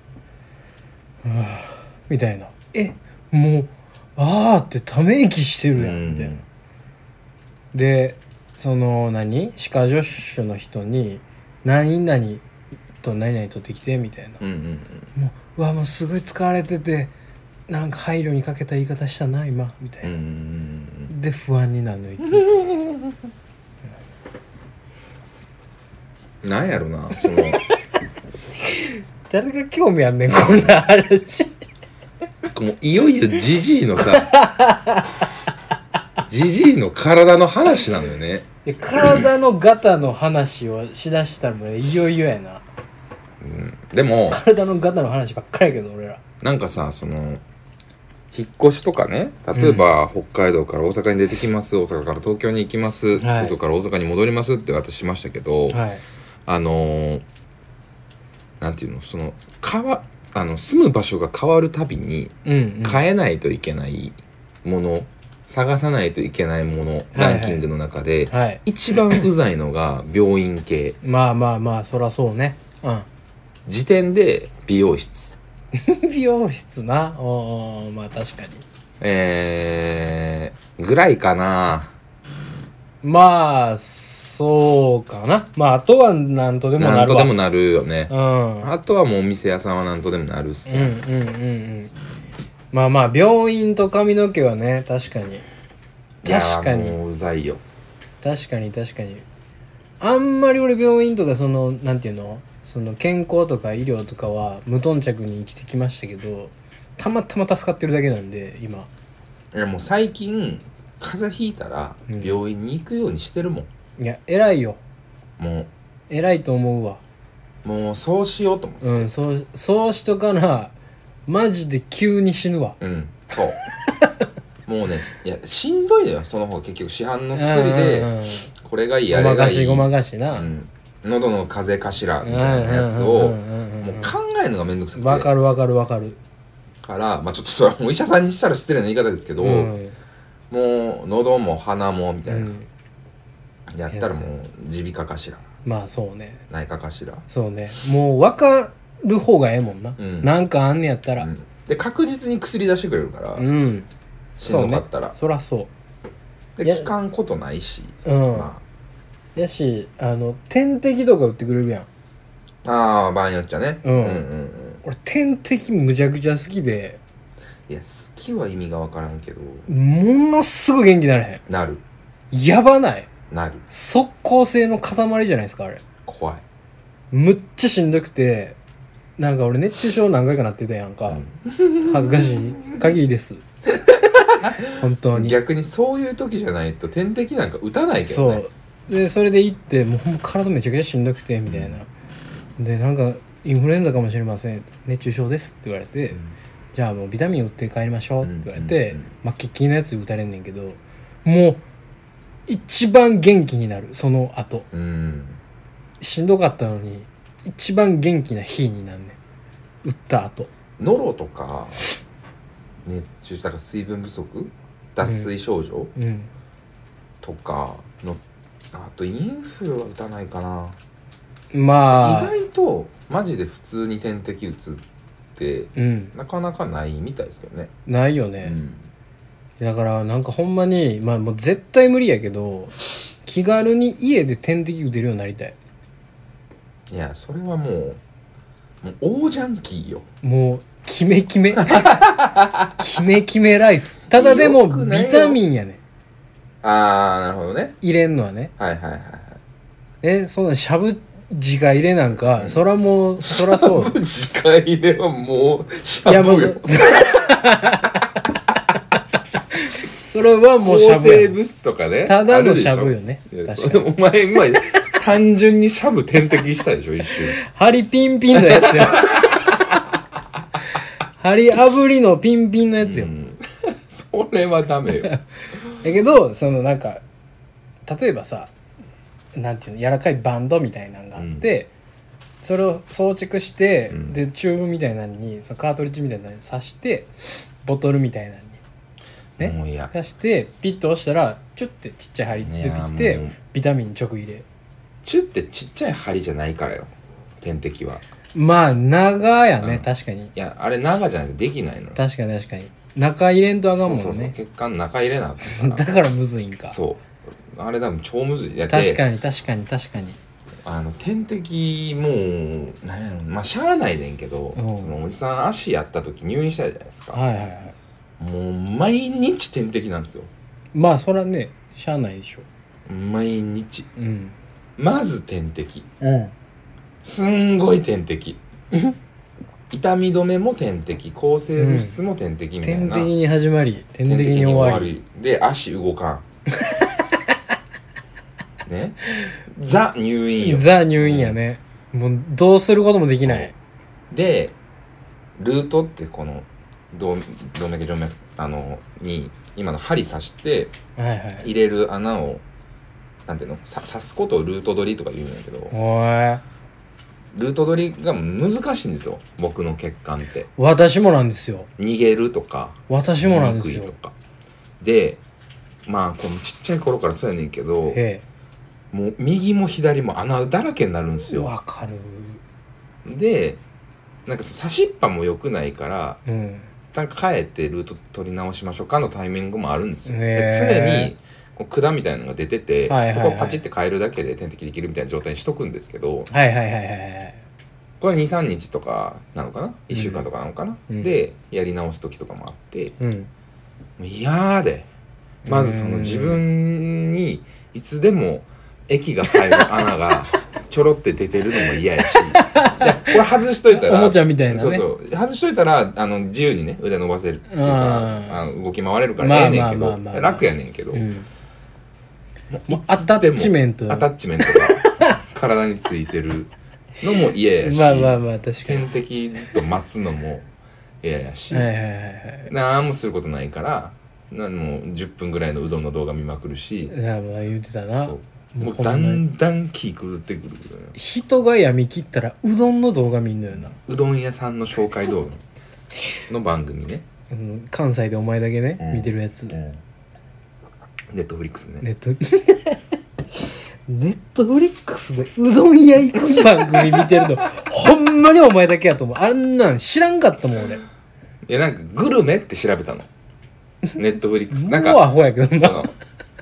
「はぁはぁみたいな「えもうあー」ってため息してるやんみたいな。でその何歯科助手の人に「何々と何々取ってきて」みたいな
うんうんうん
「もううわもうすごい疲れててなんか配慮にかけた言い方したな今」みたい
うんう
な、
んうん
で不安になるのいつも [laughs]
うんなんやろなその
誰が興味あんねんこんな話
もういよいよジジイのさ
[laughs]
ジジイの体の話なのよね
で体のガタの話をしだしたらもういよいよやな
でも
体のガタの話ばっかりやけど俺ら
なんかさその引っ越しとかね例えば、北海道から大阪に出てきます大阪から東京に行きます、
はい
東京から大阪に戻りますって私しましたけど、
はい
あのーなんていうのその変わあの住む場所が変わるたびに
うん、うん、
変えないといけないもの、探さないといけないもの
はい
ランキングの中で、
はい
一番うざいのが [laughs] 病院系
まあまあまあそらそうねうん
時点で美容室
美容室なおーまあ確かに
えー、ぐらいかな
まあそうかなまああとはなんとでも
な
なんる
と
わ
でもなるよね、
うん
あとはもうお店屋さんはなんとでもなるっす
うん
よ、
うんうんうんまあまあ病院と髪の毛はね確かに
いやー
確かに
もううざいよ
確かに確かにあんまり俺病院とかそのなんていうのその健康とか医療とかは無頓着に生きてきましたけどたまたま助かってるだけなんで今
いやもう最近風邪ひいたら
うん
病院に行くようにしてるもん、
いや偉いよ
も
偉いと思うわ
うもうそうしようと思
うんそうそうしとかなマジで急に死ぬわ
ううんそう
[laughs]
もうねいやしんどいのよその方結局市販の薬
うんうん
で
うん
これがいいあ
ごま
れが
か
いい
しごまかしな、
うん、喉の風邪かしら
うん
みたいなやつを
うんうんうんうん
もう考えるのがめんどくさく
わ
て
かるわかるわかる
からまあちょっとそれはお医者さんにしたら失礼な言い方ですけど、
うん
もう喉も鼻もみ
う
たいな、
ん、
やったらもう耳鼻科かしら
まあそうね
内科かしら、
そうねもうわかる方がええもんな、
うん
なんかあんねやったら
うんで確実に薬出してくれるから、
うん
しんどかった
そ
ら、
うねそらそ
で
いや
聞かんことないし、
ううん
ま
やしあの点滴とか打ってくれるやん
あああ場合によっちゃね、
うん
うんうんうん
俺点滴むちゃくちゃ好きで
いや好きは意味が分からんけど
ものすごい元気なれへ
なる
んやばない
なる
即効性の塊じゃないですかあれ
怖い、
むっちゃしんどくてなんか俺熱中症何回かなってたやんか、恥ずかしい限りです
[laughs]
本当
うん
に
逆にそういう時じゃないと点滴なんか打たないけ
そ
どね
うでそれで行ってもうほんま体めちゃくちゃしんどくてみたいな、でなんかインフルエンザかもしれません熱中症ですって言われて、じゃあもうビタミン打って帰りましょうって言われて、
うんうんうん
まあ喫緊のやつ打たれんねんけどもう一番元気になるその後
うん、うん
しんどかったのに一番元気な日になんねん打った後
ノロとか熱中症だから水分不足脱水症状、
うん
とかのあとインフルは打たないかな
まあ
意外とマジで普通に点滴打つって
うん
なかなかないみたいですけどね、
ないよね、だからなんかほんまにまあもう絶対無理やけど気軽に家で点滴打てるようになりたい
いやそれはもうもう大ジャンキーよ
もうキメキ
[laughs]
メキメキメライフただでも
よくないよ
ビタミンやね
ああなるほどね
入れんのはね
はいはいはいはい
えそんなしゃぶ自家入れなんか、そらもうそら
[laughs]
そう
う時間入れはもうし
い
ゃ
やもう
ぶ
そ
よ
[laughs] それはも
抗
うしゃぶ
生
や
物質とかね
ただの
あるで
し
ょ
ゃぶよね
いや
確かに
そお前今単純にしゃぶ点滴したでしょ一瞬
ハリピンピンのや
[laughs]
つよハリ炙りのピンピンのやつよ、
うんそれはダメよ
だけどそのなんか例えばさなんていうの柔らかいバンドみたいなのがあって、それを装着して、
うん
でチューブみたいなのにそのカートリッジみたいなのに刺してボトルみたいなのに [laughs] ね
もういや
刺してピッと押したらチュッてちっちゃい針出てき
いやも
て
う
ビタミン直入れ
チュってちっちゃい針じゃないからよ点滴は
まあ長やね、
うん
確かに
いやあれ長じゃないとできないの
確かに確かに中入れんとあかんもんね
そうそうそう血管中入れなあかん
[laughs]
か
だからむずいんから
そうあれ多分超むずいだ
確か
に
に確かに確かに
あの点滴もうなんやろまあしゃあないねんけど
うん
そのおじさん足やった時入院したじゃないですか
はいはいはい
もう毎日点滴なんですよ
まあそれはねしゃあないでしょ
毎日
うん
まず点滴
うん
すんごい点滴痛み止めも点滴抗生物質も点滴みたい
点
な、
滴に始まり点
点
滴
滴
に終わり
で足動
[laughs]
かんねザ入院よ
ザ入院やね、もうどうすることもできない
でルートってこの動動脈静脈あのに今の針刺して
はいはい
入れる穴をなんていうのさ刺すことをルート取りとか言うんだけど
おい
ルート取りが難しいんですよ僕の血管って
私もなんですよ
逃げるとか
私もなんですよ
逃げにくいとかでまあこのちっちゃい頃からそうやねんけど
え
もう右も左も穴だらけになるんです
え
よ
わかる
でなんかその差しっぱも良くないから
うん
一旦変えてルート取り直しましょうかのタイミングもあるんですよ、
へー
で常にこう管みたいなのが出てて、
はいはいはい
そこをパチって変えるだけで点滴できるみたいな状態にしとくんですけど
はいはいはいはいはい
これ23日とかなのかな1週間とかなのかな、
うん
でやり直す時とかもあって
うん
もう嫌でまずその自分にいつでも液が入る
[laughs]
穴がちょろって出てるのも嫌やしいやこれ外しといたら
おもちゃみたいなね
そうそう外しといたらあの自由にね腕伸ばせるっていう
うん
かあの動き回れるか
まあ
らええねん
まあ
けど
まあまあまあ
楽やねんけど、
う
も
ん
うい
もうアタッチメント
アタッチメントが体についてるのも嫌や
[laughs]
し、
まあまあまあ確かに
点滴ずっと待つのも嫌やし、
はいはいはいはい
何もすることないからなもう10分ぐらいのうどんの動画見まくるし
いやまあ言ってたな
そう
も
も
う
うだんだん気狂ってくるけどね
人が闇切ったらうどんの動画見んのよな、
うどん屋さんの紹介動画の番組ね、
うん、関西でお前だけね、
うん
見てるやつ、
ネットフリックスね
ネッ
[laughs]
トネットフリックスでうどん屋行く番組見てるの [laughs] ほんまにお前だけやと思うあんなん知らんかったもん俺
いやなんかグルメって調べたのネットフリックスなん
もうア
か
ホやけどな
そ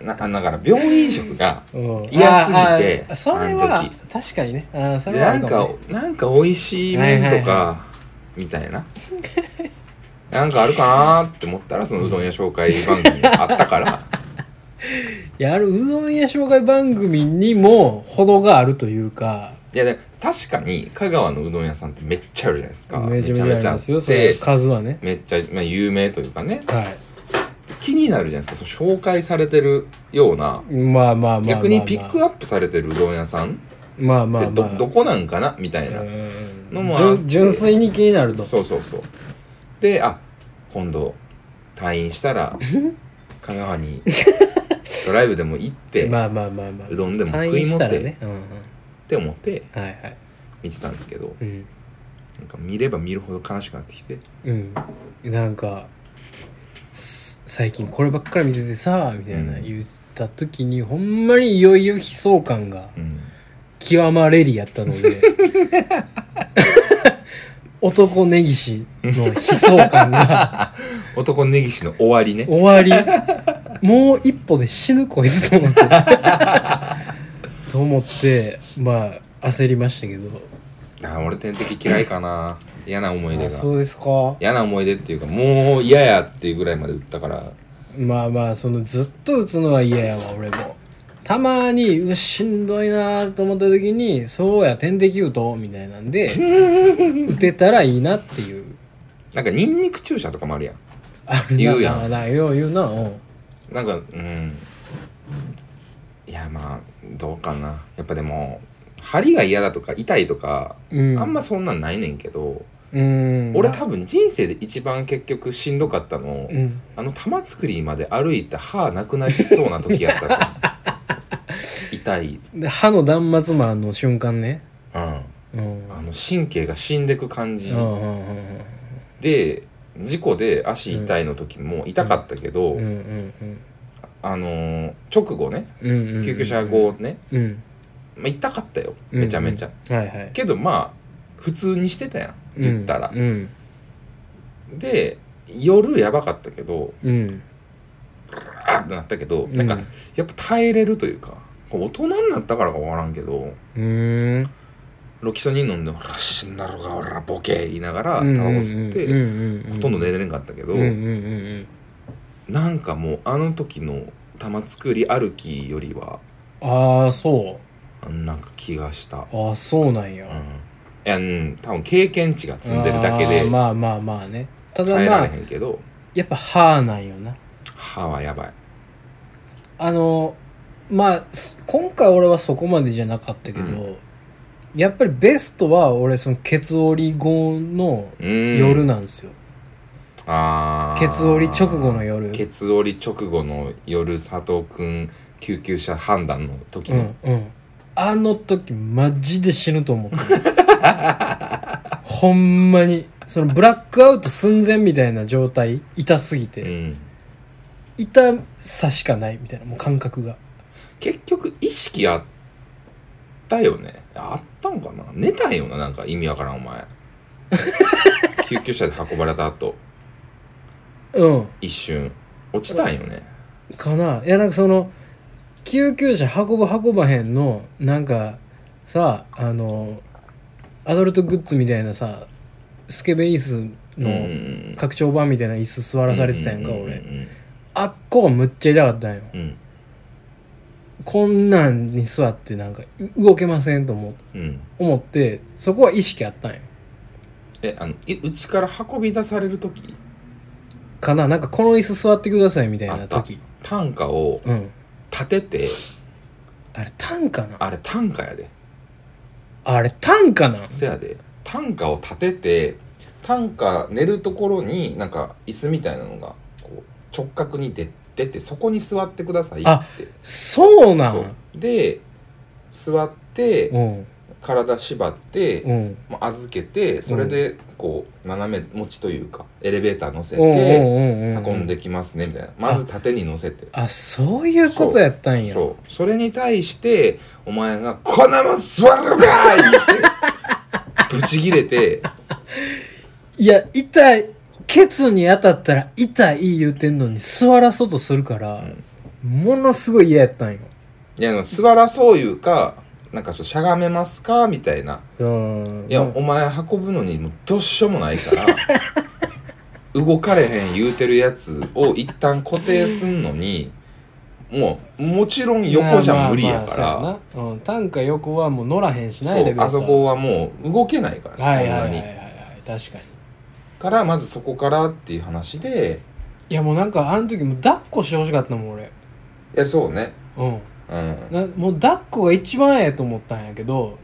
うなだから病院食が
うん
嫌すぎて
ああそれ
あ
は
の時
確かにねあそ
で
れはあ
な
る
ん
か
か
もね
なんか美味しい麺
はい
と
はいは
かみたい
[laughs]
ななんかあるかなーって思ったらそのうどん屋紹介番組があったから
いやあるうどん屋紹介番組にも程があるというか
いやでも確かに香川のうどん屋さんってめっちゃあるじゃないですか
めちゃめちゃありますよ
め
そ
ちゃめちゃあ
れ
って
数はね
めっちゃ、まあ、有名というかね
はい
気になるじゃないですかそう紹介されてるような
まあまあまあまあまあ
逆にピック
アッ
アップされてるうどん屋さんって
プまあまあ
ど,、
まあ
どこなんかなみたいな、
うん
のもあって
純純粋に気になると
そうそうそうであ今度退院し
[laughs]
たら香川にドライブでも行って、
まあまあまあまあ
うどんでも食
退
い
院
も
し
った
ら
て、
ねうんうん
って思って
はいはい
見てたんですけど
うん
なんか見れば見るほど悲しくなってきて
うんなんかす最近こればっかり見ててさみたいな
うん
言った時にほんまにいよいよ悲壮感が
うん
極まれりやったの
[laughs]
で男根岸の悲壮感が
男根岸の終わりね
終わりもう一歩で死ぬこいつと
[laughs]
思ってと思ってまあ焦りましたけど
あ俺天敵嫌いかな嫌な思い出
あ
が
そうですか
嫌な思い出っていうかもう嫌やっていうぐらいまで打ったから
まあまあそのずっと打つのは嫌やわ俺もたまにうわしんどいなと思った時にそうや点滴打とうみたいなんで
[laughs]
打てたらいいなっていう
なんかニンニク注射とかもあるやん
あるな
言うやん
あなよう言うなうん
なんかうんいやまあどうかなやっぱでも針が嫌だとか痛いとか、
うん
あんまそんなんないねんけど、
うん
俺多分人生で一番結局しんどかったの、
うん
あの玉造りまで歩いて歯なくなりそうな時やった
[laughs]
から痛い、
で歯の断末魔の瞬間ね
うん、あ
うん
の神経が死んでく感じ、
うんうんうん
で事故で足痛いの時も痛かったけど、
うんうんうん
あのー直後ね
うんうんうん
救急車後ね、
うん
まあ、痛かったよめちゃめちゃ、
はいはい
けどまあ普通にしてたやん言ったら
う、ん
で夜やばかったけど
うん
あってなったけど、
うん
なんかやっぱ耐えれるというか大人になったからか分からんけど
うーん
ロキソニン飲んで「ほら死んだろうがほらボケ」言いながらタバコ
うん
吸って、
うん
ほとんど寝れんかったけど、
うんうんうん
なんかもうあの時の玉作り歩きよりは
ああそ
なんか気がした、
うああそうなんや
うん、いやうん多分経験値が積んでるだけ
あ
で
ーまあまあまあねただ
耐えら
まあ
れへんけど、
やっぱ歯なんよな
歯はやばい
あのまあす今回俺はそこまでじゃなかったけど、
うん
やっぱりベストは俺そのケツ折り後の
うん
夜なんですよ、
あー
ケツ折り直後の夜
ケツ折り直後の夜佐藤君救急車判断の時
う
に、
んうんあの時マジで死ぬと思ったほんまにそのブラックアウト寸前みたいな状態痛すぎて、
うん
痛さしかないみたいなもう感覚が
結局意識あったよねあったんかな寝たんよななんか意味わからん
[laughs]
お前救急車で運ばれた後
うん
一瞬落ちたんよね
かないやなんかその救急車運ぶ運ばへんのなんかさあのアダルトグッズみたいなさスケベ椅子
うん
の拡張版みたいな椅子座らされてたやんか
うう
俺
うん
あっこがむっちゃ痛かったんよ
うん
こんなんに座ってなんかう動けませんと思
うん
思ってそこは意識あったんよ
えあのいうちから運び出される時
かななんかこの椅子座ってくださいみたいな時
担架を
うん
立てて
あれ単価な
あれ担架やで
あれ単価なん
せやで担架を立てて担架寝るところになんか椅子みたいなのがこう直角に出出てそこに座ってくださいって
あそうな
そ
ん
うで座って
うん
体縛って、
うん
もう預けてそれでこう斜め持ちというかエレベーター乗せ
うん
て
うんうんう
運ん
ん
できますねみたいなまず縦に乗せて
あそういうことやったんや
そうそれに対してお前が「こんなもん座る
[laughs]
のかい!」ってブチギレて
いや痛いケツに当たったら痛い言うてんのに座らそうとするから、ものすごい嫌やったんよ
いや、座らそういうか、なんかちょっとしゃがめますかみたいな。
うん
いや、
うん
お前運ぶのにもうどうしようもないから、動かれへん言うてるやつを一旦固定すんのに、もう、もちろん横じゃ無理や
まあ
から、
まあまあそうやなうん、単価横はもう乗らへんしな
そ
エレベ
う
ー、ター
あそこはもう動けないから、
はいはいはい
そん
はいは
なに。
い確かに
から、まずそこからっていう話で、
いやもうなんかあの時もう抱っこしてほしかったもん俺
いや、そうね。
うん
うん。うん
なもう抱っこが一番ええと思ったんやけど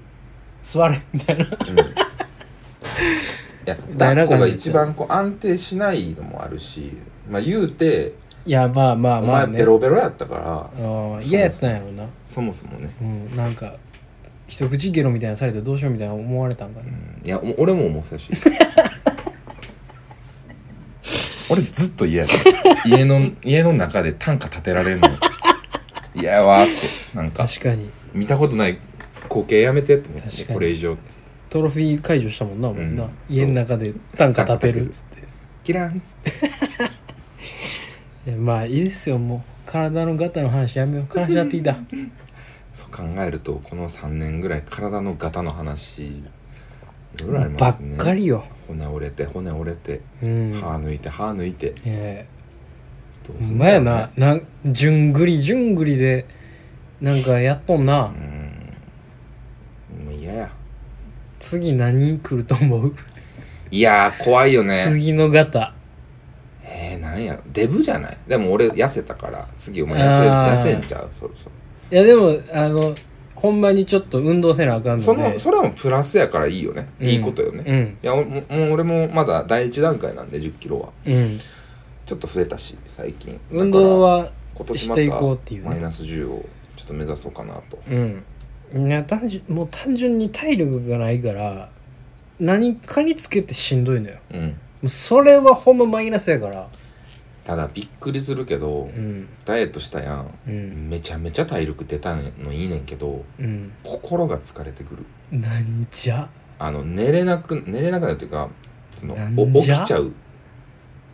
座れみ
[laughs]
たいな
い
[laughs]
や、
だい
抱
ぶ感
っこが
じ
一番こう安定しないのもあるし、まあ言うて、
いやまあまあ
お
まあ
前
ね
ベロベロやったか
う
ら、
ん嫌やったんやろな
そもそもね。
うんなんか一口ゲロみたいなのされてどうしようみたいな思われたんかな
うんいや、お俺も思って
[laughs]
たし。俺ずっと嫌やった。家の、家の中で短歌立てら
[laughs]
れんの。嫌やわーって。なんか、
確かに
見たことない光景やめてって思っ
確
て、
かに
これ以上。
トロフィー解除したもんなもんな、
うん
家の中で単価立てるっつっ
キランっつって。
てまあいいですよもう体のガタの話やめよう悲しなってきた
そう考えると、この3年ぐらい体のガタの話、いろいろあり
ば
ま
っ
すね。
かりよ
骨折れて、骨折れて、
うん
歯抜いて、歯抜いて。
え
ど
え
す
ほ
ん
んま
だろ
や
うね
な。なじゅんぐりじゅんぐりでなんかやっとんな、
うん。もう嫌や。
次何来ると思う
いやー、怖いよね。
次のガタ
えー、なんやろデブじゃないでも俺痩せたから次お前
あ
痩
ー
せ痩せんちゃうそろそろ
いやでもあのほんまにちょっと運動せなあかんので
そのそれはもうプラスやからいいよね、
うん
いいことよね、い
うん
やおももう俺もまだ第一段階なんで1 0キロは
うん
ちょっと増えたし最近
運動は
だから今年ま
していこうっていう
た
ね
マイナス10をちょっと目指そうかなと
うんいや単純もう単純に体力がないから何かにつけてしんどいのよも
うん
うそれはほんまマイナスやから
ただびっくりするけど、
うん
ダイエットしたやん
うん
めちゃめちゃ体力出たのいいねんけど
うん
心が疲れてくる
なんじゃ
あの寝れなく寝れなくなるっていうかその
なん
お起
じゃ
きちゃう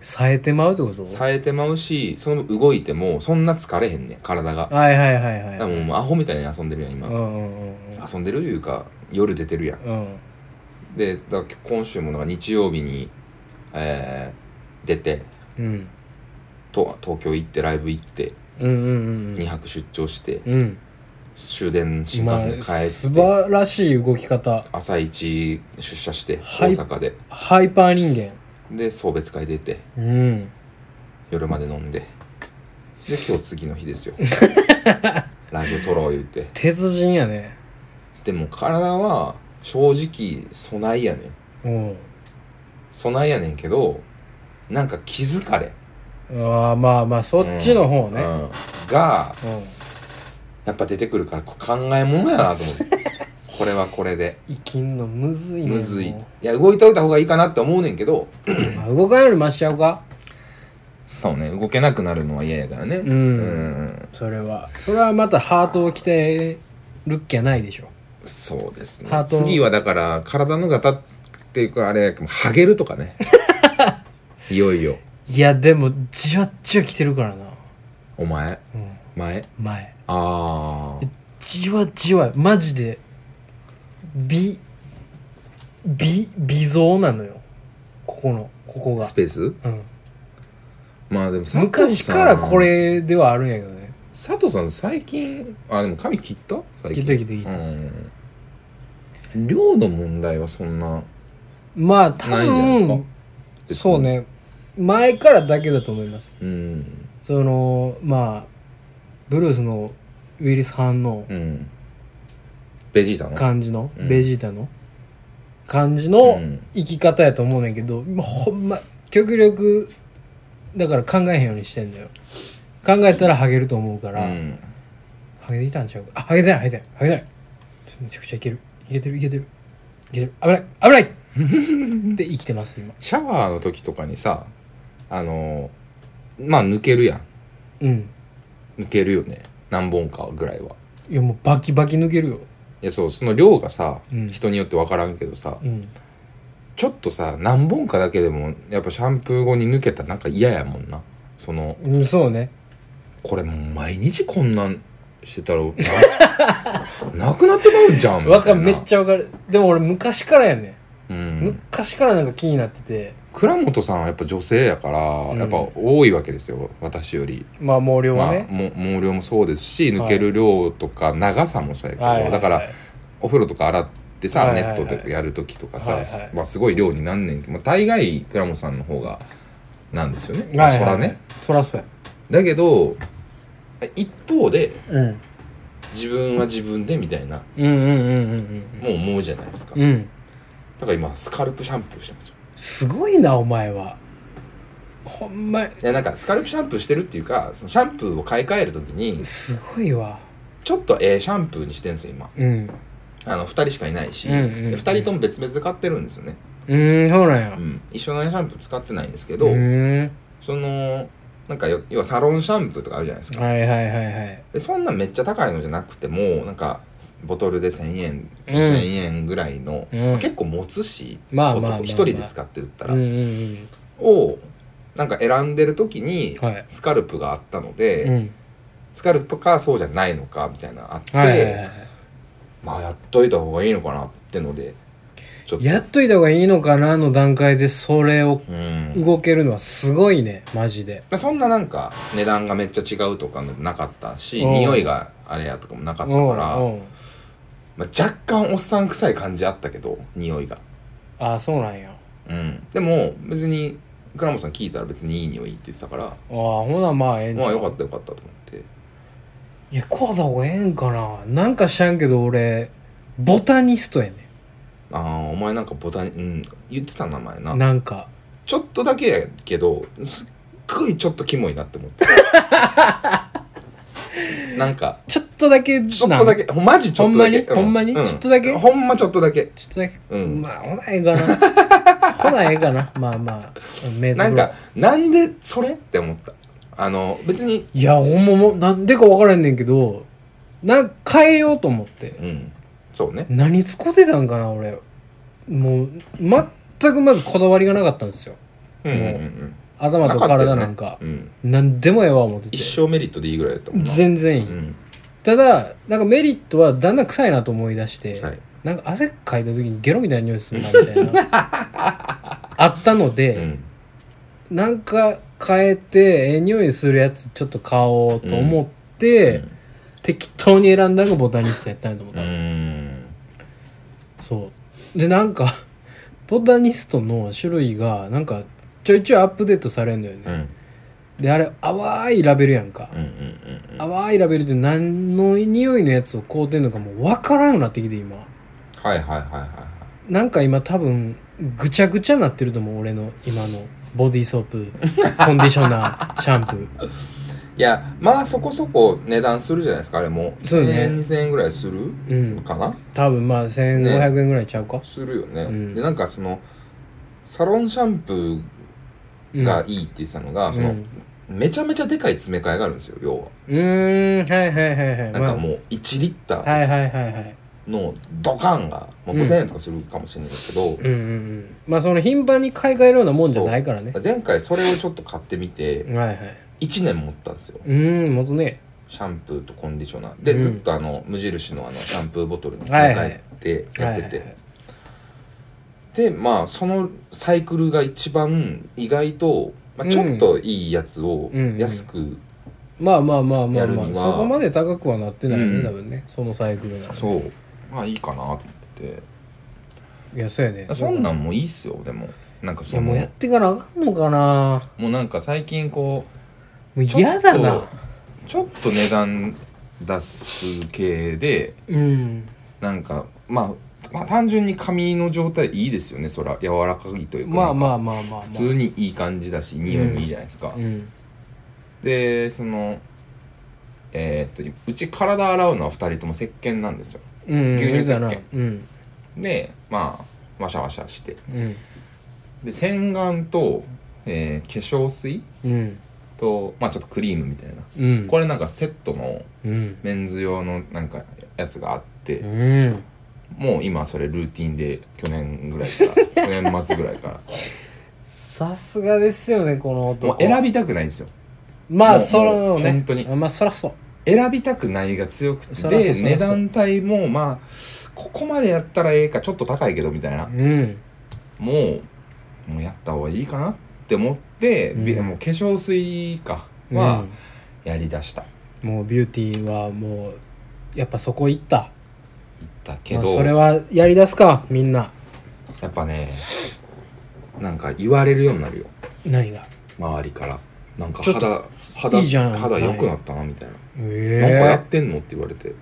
冴えてまうってこと
冴えてまうしその分動いてもそんな疲れへんねん体が
はいはいはい
だから
はい
もうもうアホみたいに遊んでるやん今、
うんうんうん
遊んでるいうか夜出てるやん
うんうん
でだから今週もなんか日曜日に、えー出て
うん
と東京行ってライブ行って
うんうんうん
2泊出張して、
うん
終電新
まあ
幹線で帰
素
って、
晴らしい動き方
朝一出社して
は
大
い
阪で、
ハイパー人間
で送別会出て
うん
夜まで飲んでで今日次の
[laughs]
日ですよラジオ撮ろう言うて
鉄人やね
でも体は正直備えやねん
うん
備えやねんけどなんか気づかれ
ああまあまあそっちの方
う
ね
んが
うん
やっぱ出てくるからこう考えものやなと
[laughs]
思ってこれはこれで
生きんのむずいね
むずいい
も
や動いておいた方がいいかなって思うねんけど
うまあ動かんよりマシちゃうか
そうね動けなくなるのは嫌やからね
うん
ん
それはそれはまたハートを鍛えるっきゃないでしょ
そうですね
ハート
次はだから体の型っていうかあれやけどハゲるとか
[laughs]
ねいよいよ
いやでもじわじわ来てるからな
お前
うん
前
前
ああ
じわじわマジで美美美像なのよここのここが
ス、ペース
うん、
まあでも佐藤さん
昔からこれではあるんやけどね
佐藤さん最近あでも髪切った最近
切った切った切った
うん量の問題はそんな
まあ多
ないんじゃないですか
分そうね前からだけだと思います
うん
そのまあブルースのウィリス班の
うんベジータの
感じの、
うん
ベジータの感じ
う
の
ん
生き方やと思うねんけど、もうほんま極力だから考えへんようにしてんのよ考えたらハゲると思うか
う
ら、
ん
ハゲてきたんちゃうかあハゲてないハゲてないハゲてないめちゃくちゃいけるいけてるいけてるいけてる危ない危
[laughs]
ないで生きてます今
シャワーの時とかにさあのまあ抜けるや
うん
ん抜けるよね何本かぐらいはい
やもうバキバキ抜けるよ
いやそうその量がさ、
うん
人によって分からんけどさ
うん
ちょっとさ何本かだけでもやっぱシャンプー後に抜けたらなんか嫌やもんなその
うんそうね
これもう毎日こんなんしてたら
[laughs]
ななくなってまうんじゃんみ
わ
た
か
い
る
な
めっちゃわかるでも俺昔からやね、
うん、
昔からなんか気になってて
倉本さんはやっぱ女性やから、
うん
やっぱ多いわけですよ私より
まあ毛量
ま
は
あ
ね、
も毛量もそうですし抜ける量とか長さもそうやけど、
はいはいはい
だからお風呂とか洗ってさ、
はいはいはい
ネットでやる時とかさ、
はいはい
すまあ、すごい量になんねんけど、まあ、大概倉本さんの方がなんですよね、
はいはい
そらね
そらそう
だけど一方で
や、うん、
自分は自分でみたいな
うんうんうんうん
もう思うじゃないですか、
うんうん
だから今スカルプシャンプーしてますよ
すごいなお前はほんま
いやなんかスカルプシャンプーしてるっていうかそのシャンプーを買い替える時に
すごいわ、
ちょっとええシャンプーにしてんですよ今
うん、
あの2人しかいないし、
うんうんうん
2人とも別々で買ってるんですよね、
うーんそうなんや
うん、一緒のシャンプー使ってないんですけ
う
ど、
ーん
そのなんかよ要はサロンシャンプーとかあるじゃないですか
はいはいはいはい
でそんなめっちゃ高いのじゃなくてもなんかボトルで1000円、
うん
1000円ぐらいの、
うん
まあ結構持つし
まあまあまあまあ
1人で使ってるったら、
うんうん
をなんか選んでる時に
はい
スカルプがあったので、
うんうん
スカルプかそうじゃないのかみたいなのあって、
はいはいはいは
まあやっといた方がいいのかなってのでちょっ
い
と
やっといた方がいいのかなの段階でそれを
うん
動けるのはすごいねマジで
まあそんななんか値段がめっちゃ違うとかなかったし
うん
匂いがあれやとかもなかったから、
うんうん
まあ、若干おっさん臭い感じあったけど匂いが、
ああそうなんや
うん、でも別に倉本さん聞いたら別にいい匂いって言ってたから
ああほなまあええんちゃう
まあよかったよかったと思って
いやこうだ方がええんかななんか知らんけど俺ボタニストやね
ああお前なんかボタン、うん、言ってた名前なん
なんか
ちょっとだけやけどすっごいちょっとキモいなって思って
[laughs]
なんか
ちょっとだけ
ちょっとだ
け
けほんマジちょっとだけ
ほんまに
う
ほんまにちょっとだけ
ほんまちょっとだけ
ちょっとだけ、
うん
まあほなええか
[laughs]
なほなええかなまあまあ目つぶろ
な
うん
かなんでそれって思ったあの別に
いやほんまもうなんでか分からへんねんけどなんか変えようと思って
うんそうね
何使ってたんかな俺もう全くまずこだわりがなかったんですよ
うんうんうん
頭と体なんか
うんうん
何でもええわ思ってて
一生メリットでいいぐらいだったもんな
全然いい、
うん
ただなんかメリットはだんだん臭いなと思い出して、
はい
なんか汗かいた時にゲロみたいな匂いするなみたい
[laughs]
なあったの
う
で、
ん
なんか変えてええ匂いするやつちょっと買おうと思って、適当に選んだのがボタニストやったんやと思っ
う
た、
ん
そうでなんかボタニストの種類がなんかちょいちょいアップデートされるのよ
うん
ね、
うん
であれ淡いラベルやんか
うんう、んうん
淡いラベルで何の匂いのやつを買うてんのかもう分からんようになってきて今
はいはいはいはいは
なんか今多分ぐちゃぐちゃなってると思う俺の今のボディーソープコンディショナーシャンプー
いいやまあそこそこ値段するじゃないですかあれも
そうね
1000円2000円ぐらいする
うん
かな
多分まあ1500円ぐらいちゃうか、
するよね、
うん
でなんかそのサロンシャンプ
うん、
ーがいいって言ってたのが、
うん
そのめちゃめちゃでかい詰め替えがあるんですよ要は
うーんはいはいはいはい
なんかもう1リッタ
まあ、は
ー
いはいはいはい
のドカンが、まあ、
うん
5000円とかするかもしれないけど、
うんうんうんまあその頻繁に買い替えるようなもんじゃないからね
前回それをちょっと買ってみて
はいはい
1年持ったんですよ
うーんもつね
シャンプーとコンディショナーで、
うん
ずっとあの無印のあのシャンプーボトルに詰め替えてやってて、
はいはいはい
でまあそのサイクルが一番意外と、まあ、ちょっといいやつを
うん
安く、
まあまあまあま
や
あ、
るに
ま
は
あ、そこまで高くはなってないよね、
うん
多分ねそのサイクルなら
そうまあいいかなと思って
いやそうやね
そんなんもいいっすよでもなんか
い
そ
や
の
もうやってからあかんのかな
もうなんか最近こう
もう嫌だ
ちょっ
な
とちょっと値段出す系で
うん
なんかまあ、まあ単純に髪の状態いいですよねそら柔らかいというか
まあま
なん
あ
か
まあまあ、まあ、
普通にいい感じだし匂いもいいじゃないですか、
うん
でそのえーっとうち体洗うのは2人とも石鹸なんですよ
うん
牛乳
うん
石鹸
だなうん
でまあワシャワシャして
うん
で洗顔と、えー化粧水
うん
とまあちょっとクリームみたいな
うん
これなんかセットの
うん
メンズ用のなんかやつがあって、
うん
もう今それルーティンで去年ぐらいから
[laughs]
去年末ぐらいから
さすがですよねこの
も
男
う選びたくないんですよ
ま
も
あ
う
そのね
本当に
まあそらそう
選びたくないが強く
そらそうそ
て
らそう
値段帯もまあここまでやったらええかちょっと高いけどみたいな
うん
もうもうやった方がいいかなって思って、
うん
びもう化粧水か
う
は
ん
やりだした、
もうビューティーはもうやっぱそこ行った
だけ
まあ
ど
それはやりだすかみんな
やっぱねなんか言われるようになるよ
何が
周りからなんか
ちょっと
肌肌
いいじゃん
肌良くなったなみたいな、なんかやっ
え
てんのって言わ
[laughs]
れて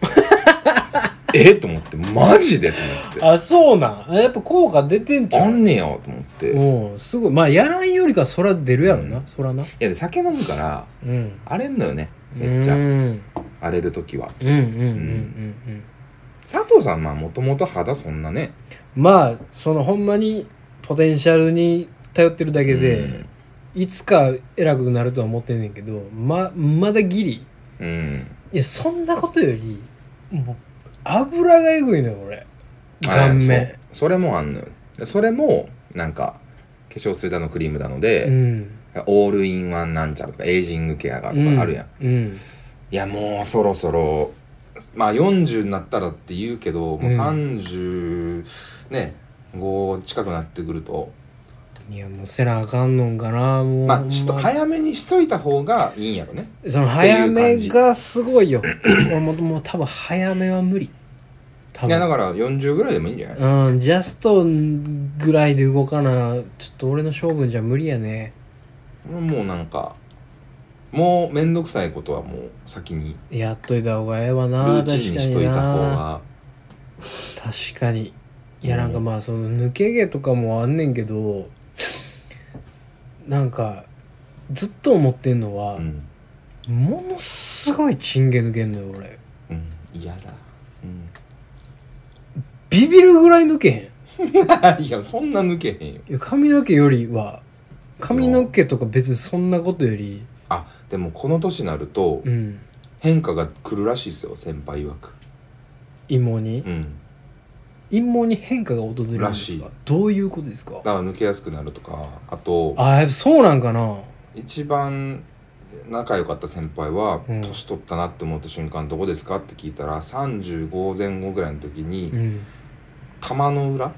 えっと思ってマジでと思っ
あそうなんやっぱ効果出てん
て
じゃ
あ
ん
んねやと思って、い
うんすごいまあやらんよりかそら出るやろな、
うん
そらな
やで酒飲むから
うん
荒れんのよねめ
め
っち
う
ゃ
ん
荒れる時は
うんうんうんうんうん
佐藤さんまあもともと肌そんなね
まあそのほんまにポテンシャルに頼ってるだけで、いつか偉くなるとは思ってんねんけどままだギリ
うん、うん
いやそんなことよりもう油がえぐいのよ俺顔
あ
面
そうそれもあんのよでそれもなんか化粧水だのクリームだの
う
で、
ん
オールインワンなんちゃらとかエイジングケアがとかあるやん、
うん
いやもうそろそろまあ40になったらって言うけどもう
うん
30、ね5近くなってくると
いやもうせなあかんのんかなもう、
まあちょっと
ほんま
早めにしといた方がいいんやろね
その早めがすごいよ俺ももう多分早めは無理多
いやだ
分
から40ぐらいでもいいんじゃない、
うんジャストぐらいで動かなちょっと俺の勝負じゃ無理やね
もうなんかもう面倒くさいことはもう先に
やっといた方がええわ
ル
な
ー
確か
チンにしとい
に
た方
な
が
確かにいや
うん
なんかまあその抜け毛とかもあんねんけどなんかずっと思ってんのは
う、ん
ものすごいチンゲ抜けんのよ俺
うん嫌だうん [laughs]
ビビるぐらい抜けへん
いやそんな抜けへんよ
いや髪の毛よりは髪の毛とか別にそんなことより
あでもこの年になると
うん
変化が来るらしいですよ先輩曰く
陰毛に
うん
陰毛に変化が訪れるんで
ら
す
しい
かどういうことですか
だから抜けやすくなるとかあと
あやっぱそうなんかな
一番仲良かった先輩は
うん
年取ったなって思った瞬間どこですかって聞いたら35前後ぐらいの時に
うん
玉の裏
は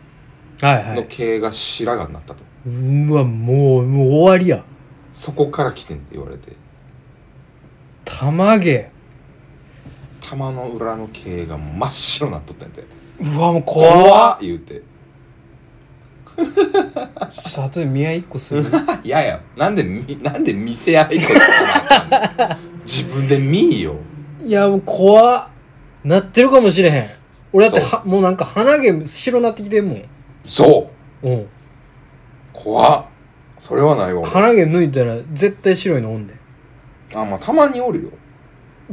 いは
の
い
毛が白髪になったと、
うわもうもう終わりや
そこから来てんって言われて
玉毛
玉の裏の毛が真っ白になっとったんやて
うわもう怖
怖
っ
っ言うて [laughs]
ちょっと後で見合い一個する
いやいや、なんでみ、なんで見せ合いことかなあかんの [laughs] 自分で見いよ。
[laughs] いやもう怖っなってるかもしれへん俺だってはもうなんか鼻毛白なってきてんもん
そう
うん
怖っそれはないわ。俺
鼻毛抜いたら絶対白いのおんで
あ、まあ、たまにおるよ。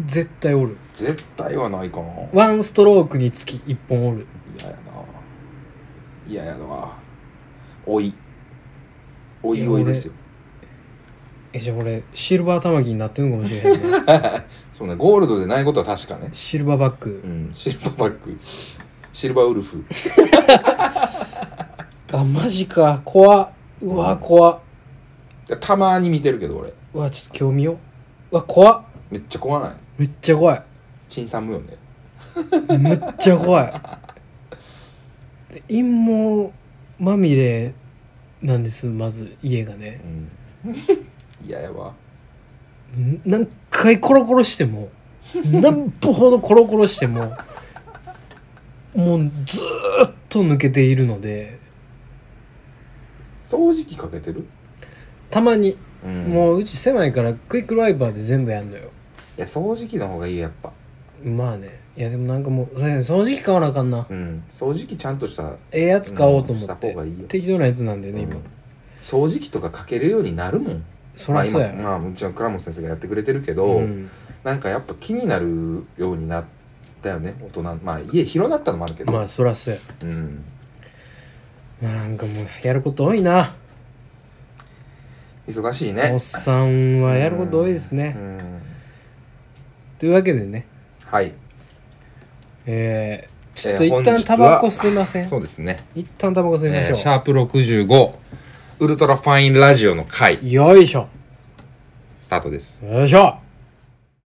絶対おる
絶対はないかな。い
ワンストロークにつき1本おる
ややな。いややだわ。おい。おいおいですよ。
えじゃあ俺シルバー玉木になってるのかもしれへんね
そうね、ゴールドでないことは確かね。
[laughs] シルバーバッグ
うん、シルバーバック。シルバーウルフ。
あマジか怖っうわ怖っ
たまに見てるけど、俺。
うわちょっと興味ようわ怖っ
めっちゃ怖ない。
めっちゃ怖い
チンさんむよね。
めっちゃ怖い陰毛まみれなんですまず家がね
うん。いややわ。
ん何回コロコロしても何歩ほどコロコロしてももうずーっと抜けているので
掃除機かけてる
たまに、
うん
もううち狭いからクイックライバーで全部やんのよ
いや掃除機の方がいいよやっぱ
まあねいやでもなんかもう先生掃除機買わなあかんな
うん掃除機ちゃんとした
ええやつ買おうと思
うんした
って、
方がいいよ
適当なやつなんでね今、
うん掃除機とかかけるようになるもん
そりゃそうや、
まあ、今まあ、もちろん倉本先生がやってくれてるけど、
うん、
なんかやっぱ気になるようになったよね大人まあ家広なったのもあるけど、
まあそりゃそうや
うん
まあなんかもうやること多いな
忙しい
お
ね
っさんはやること多いですね、
うんうん
というわけでね
はい
えちょっと
えー
一旦タバコ吸いません
本日はそうですね、
一旦タバコ吸い
えー
ま
シ
しょ
ャープ65ウルトラファインラジオの回
うよいしょ
スタートです
よいしょ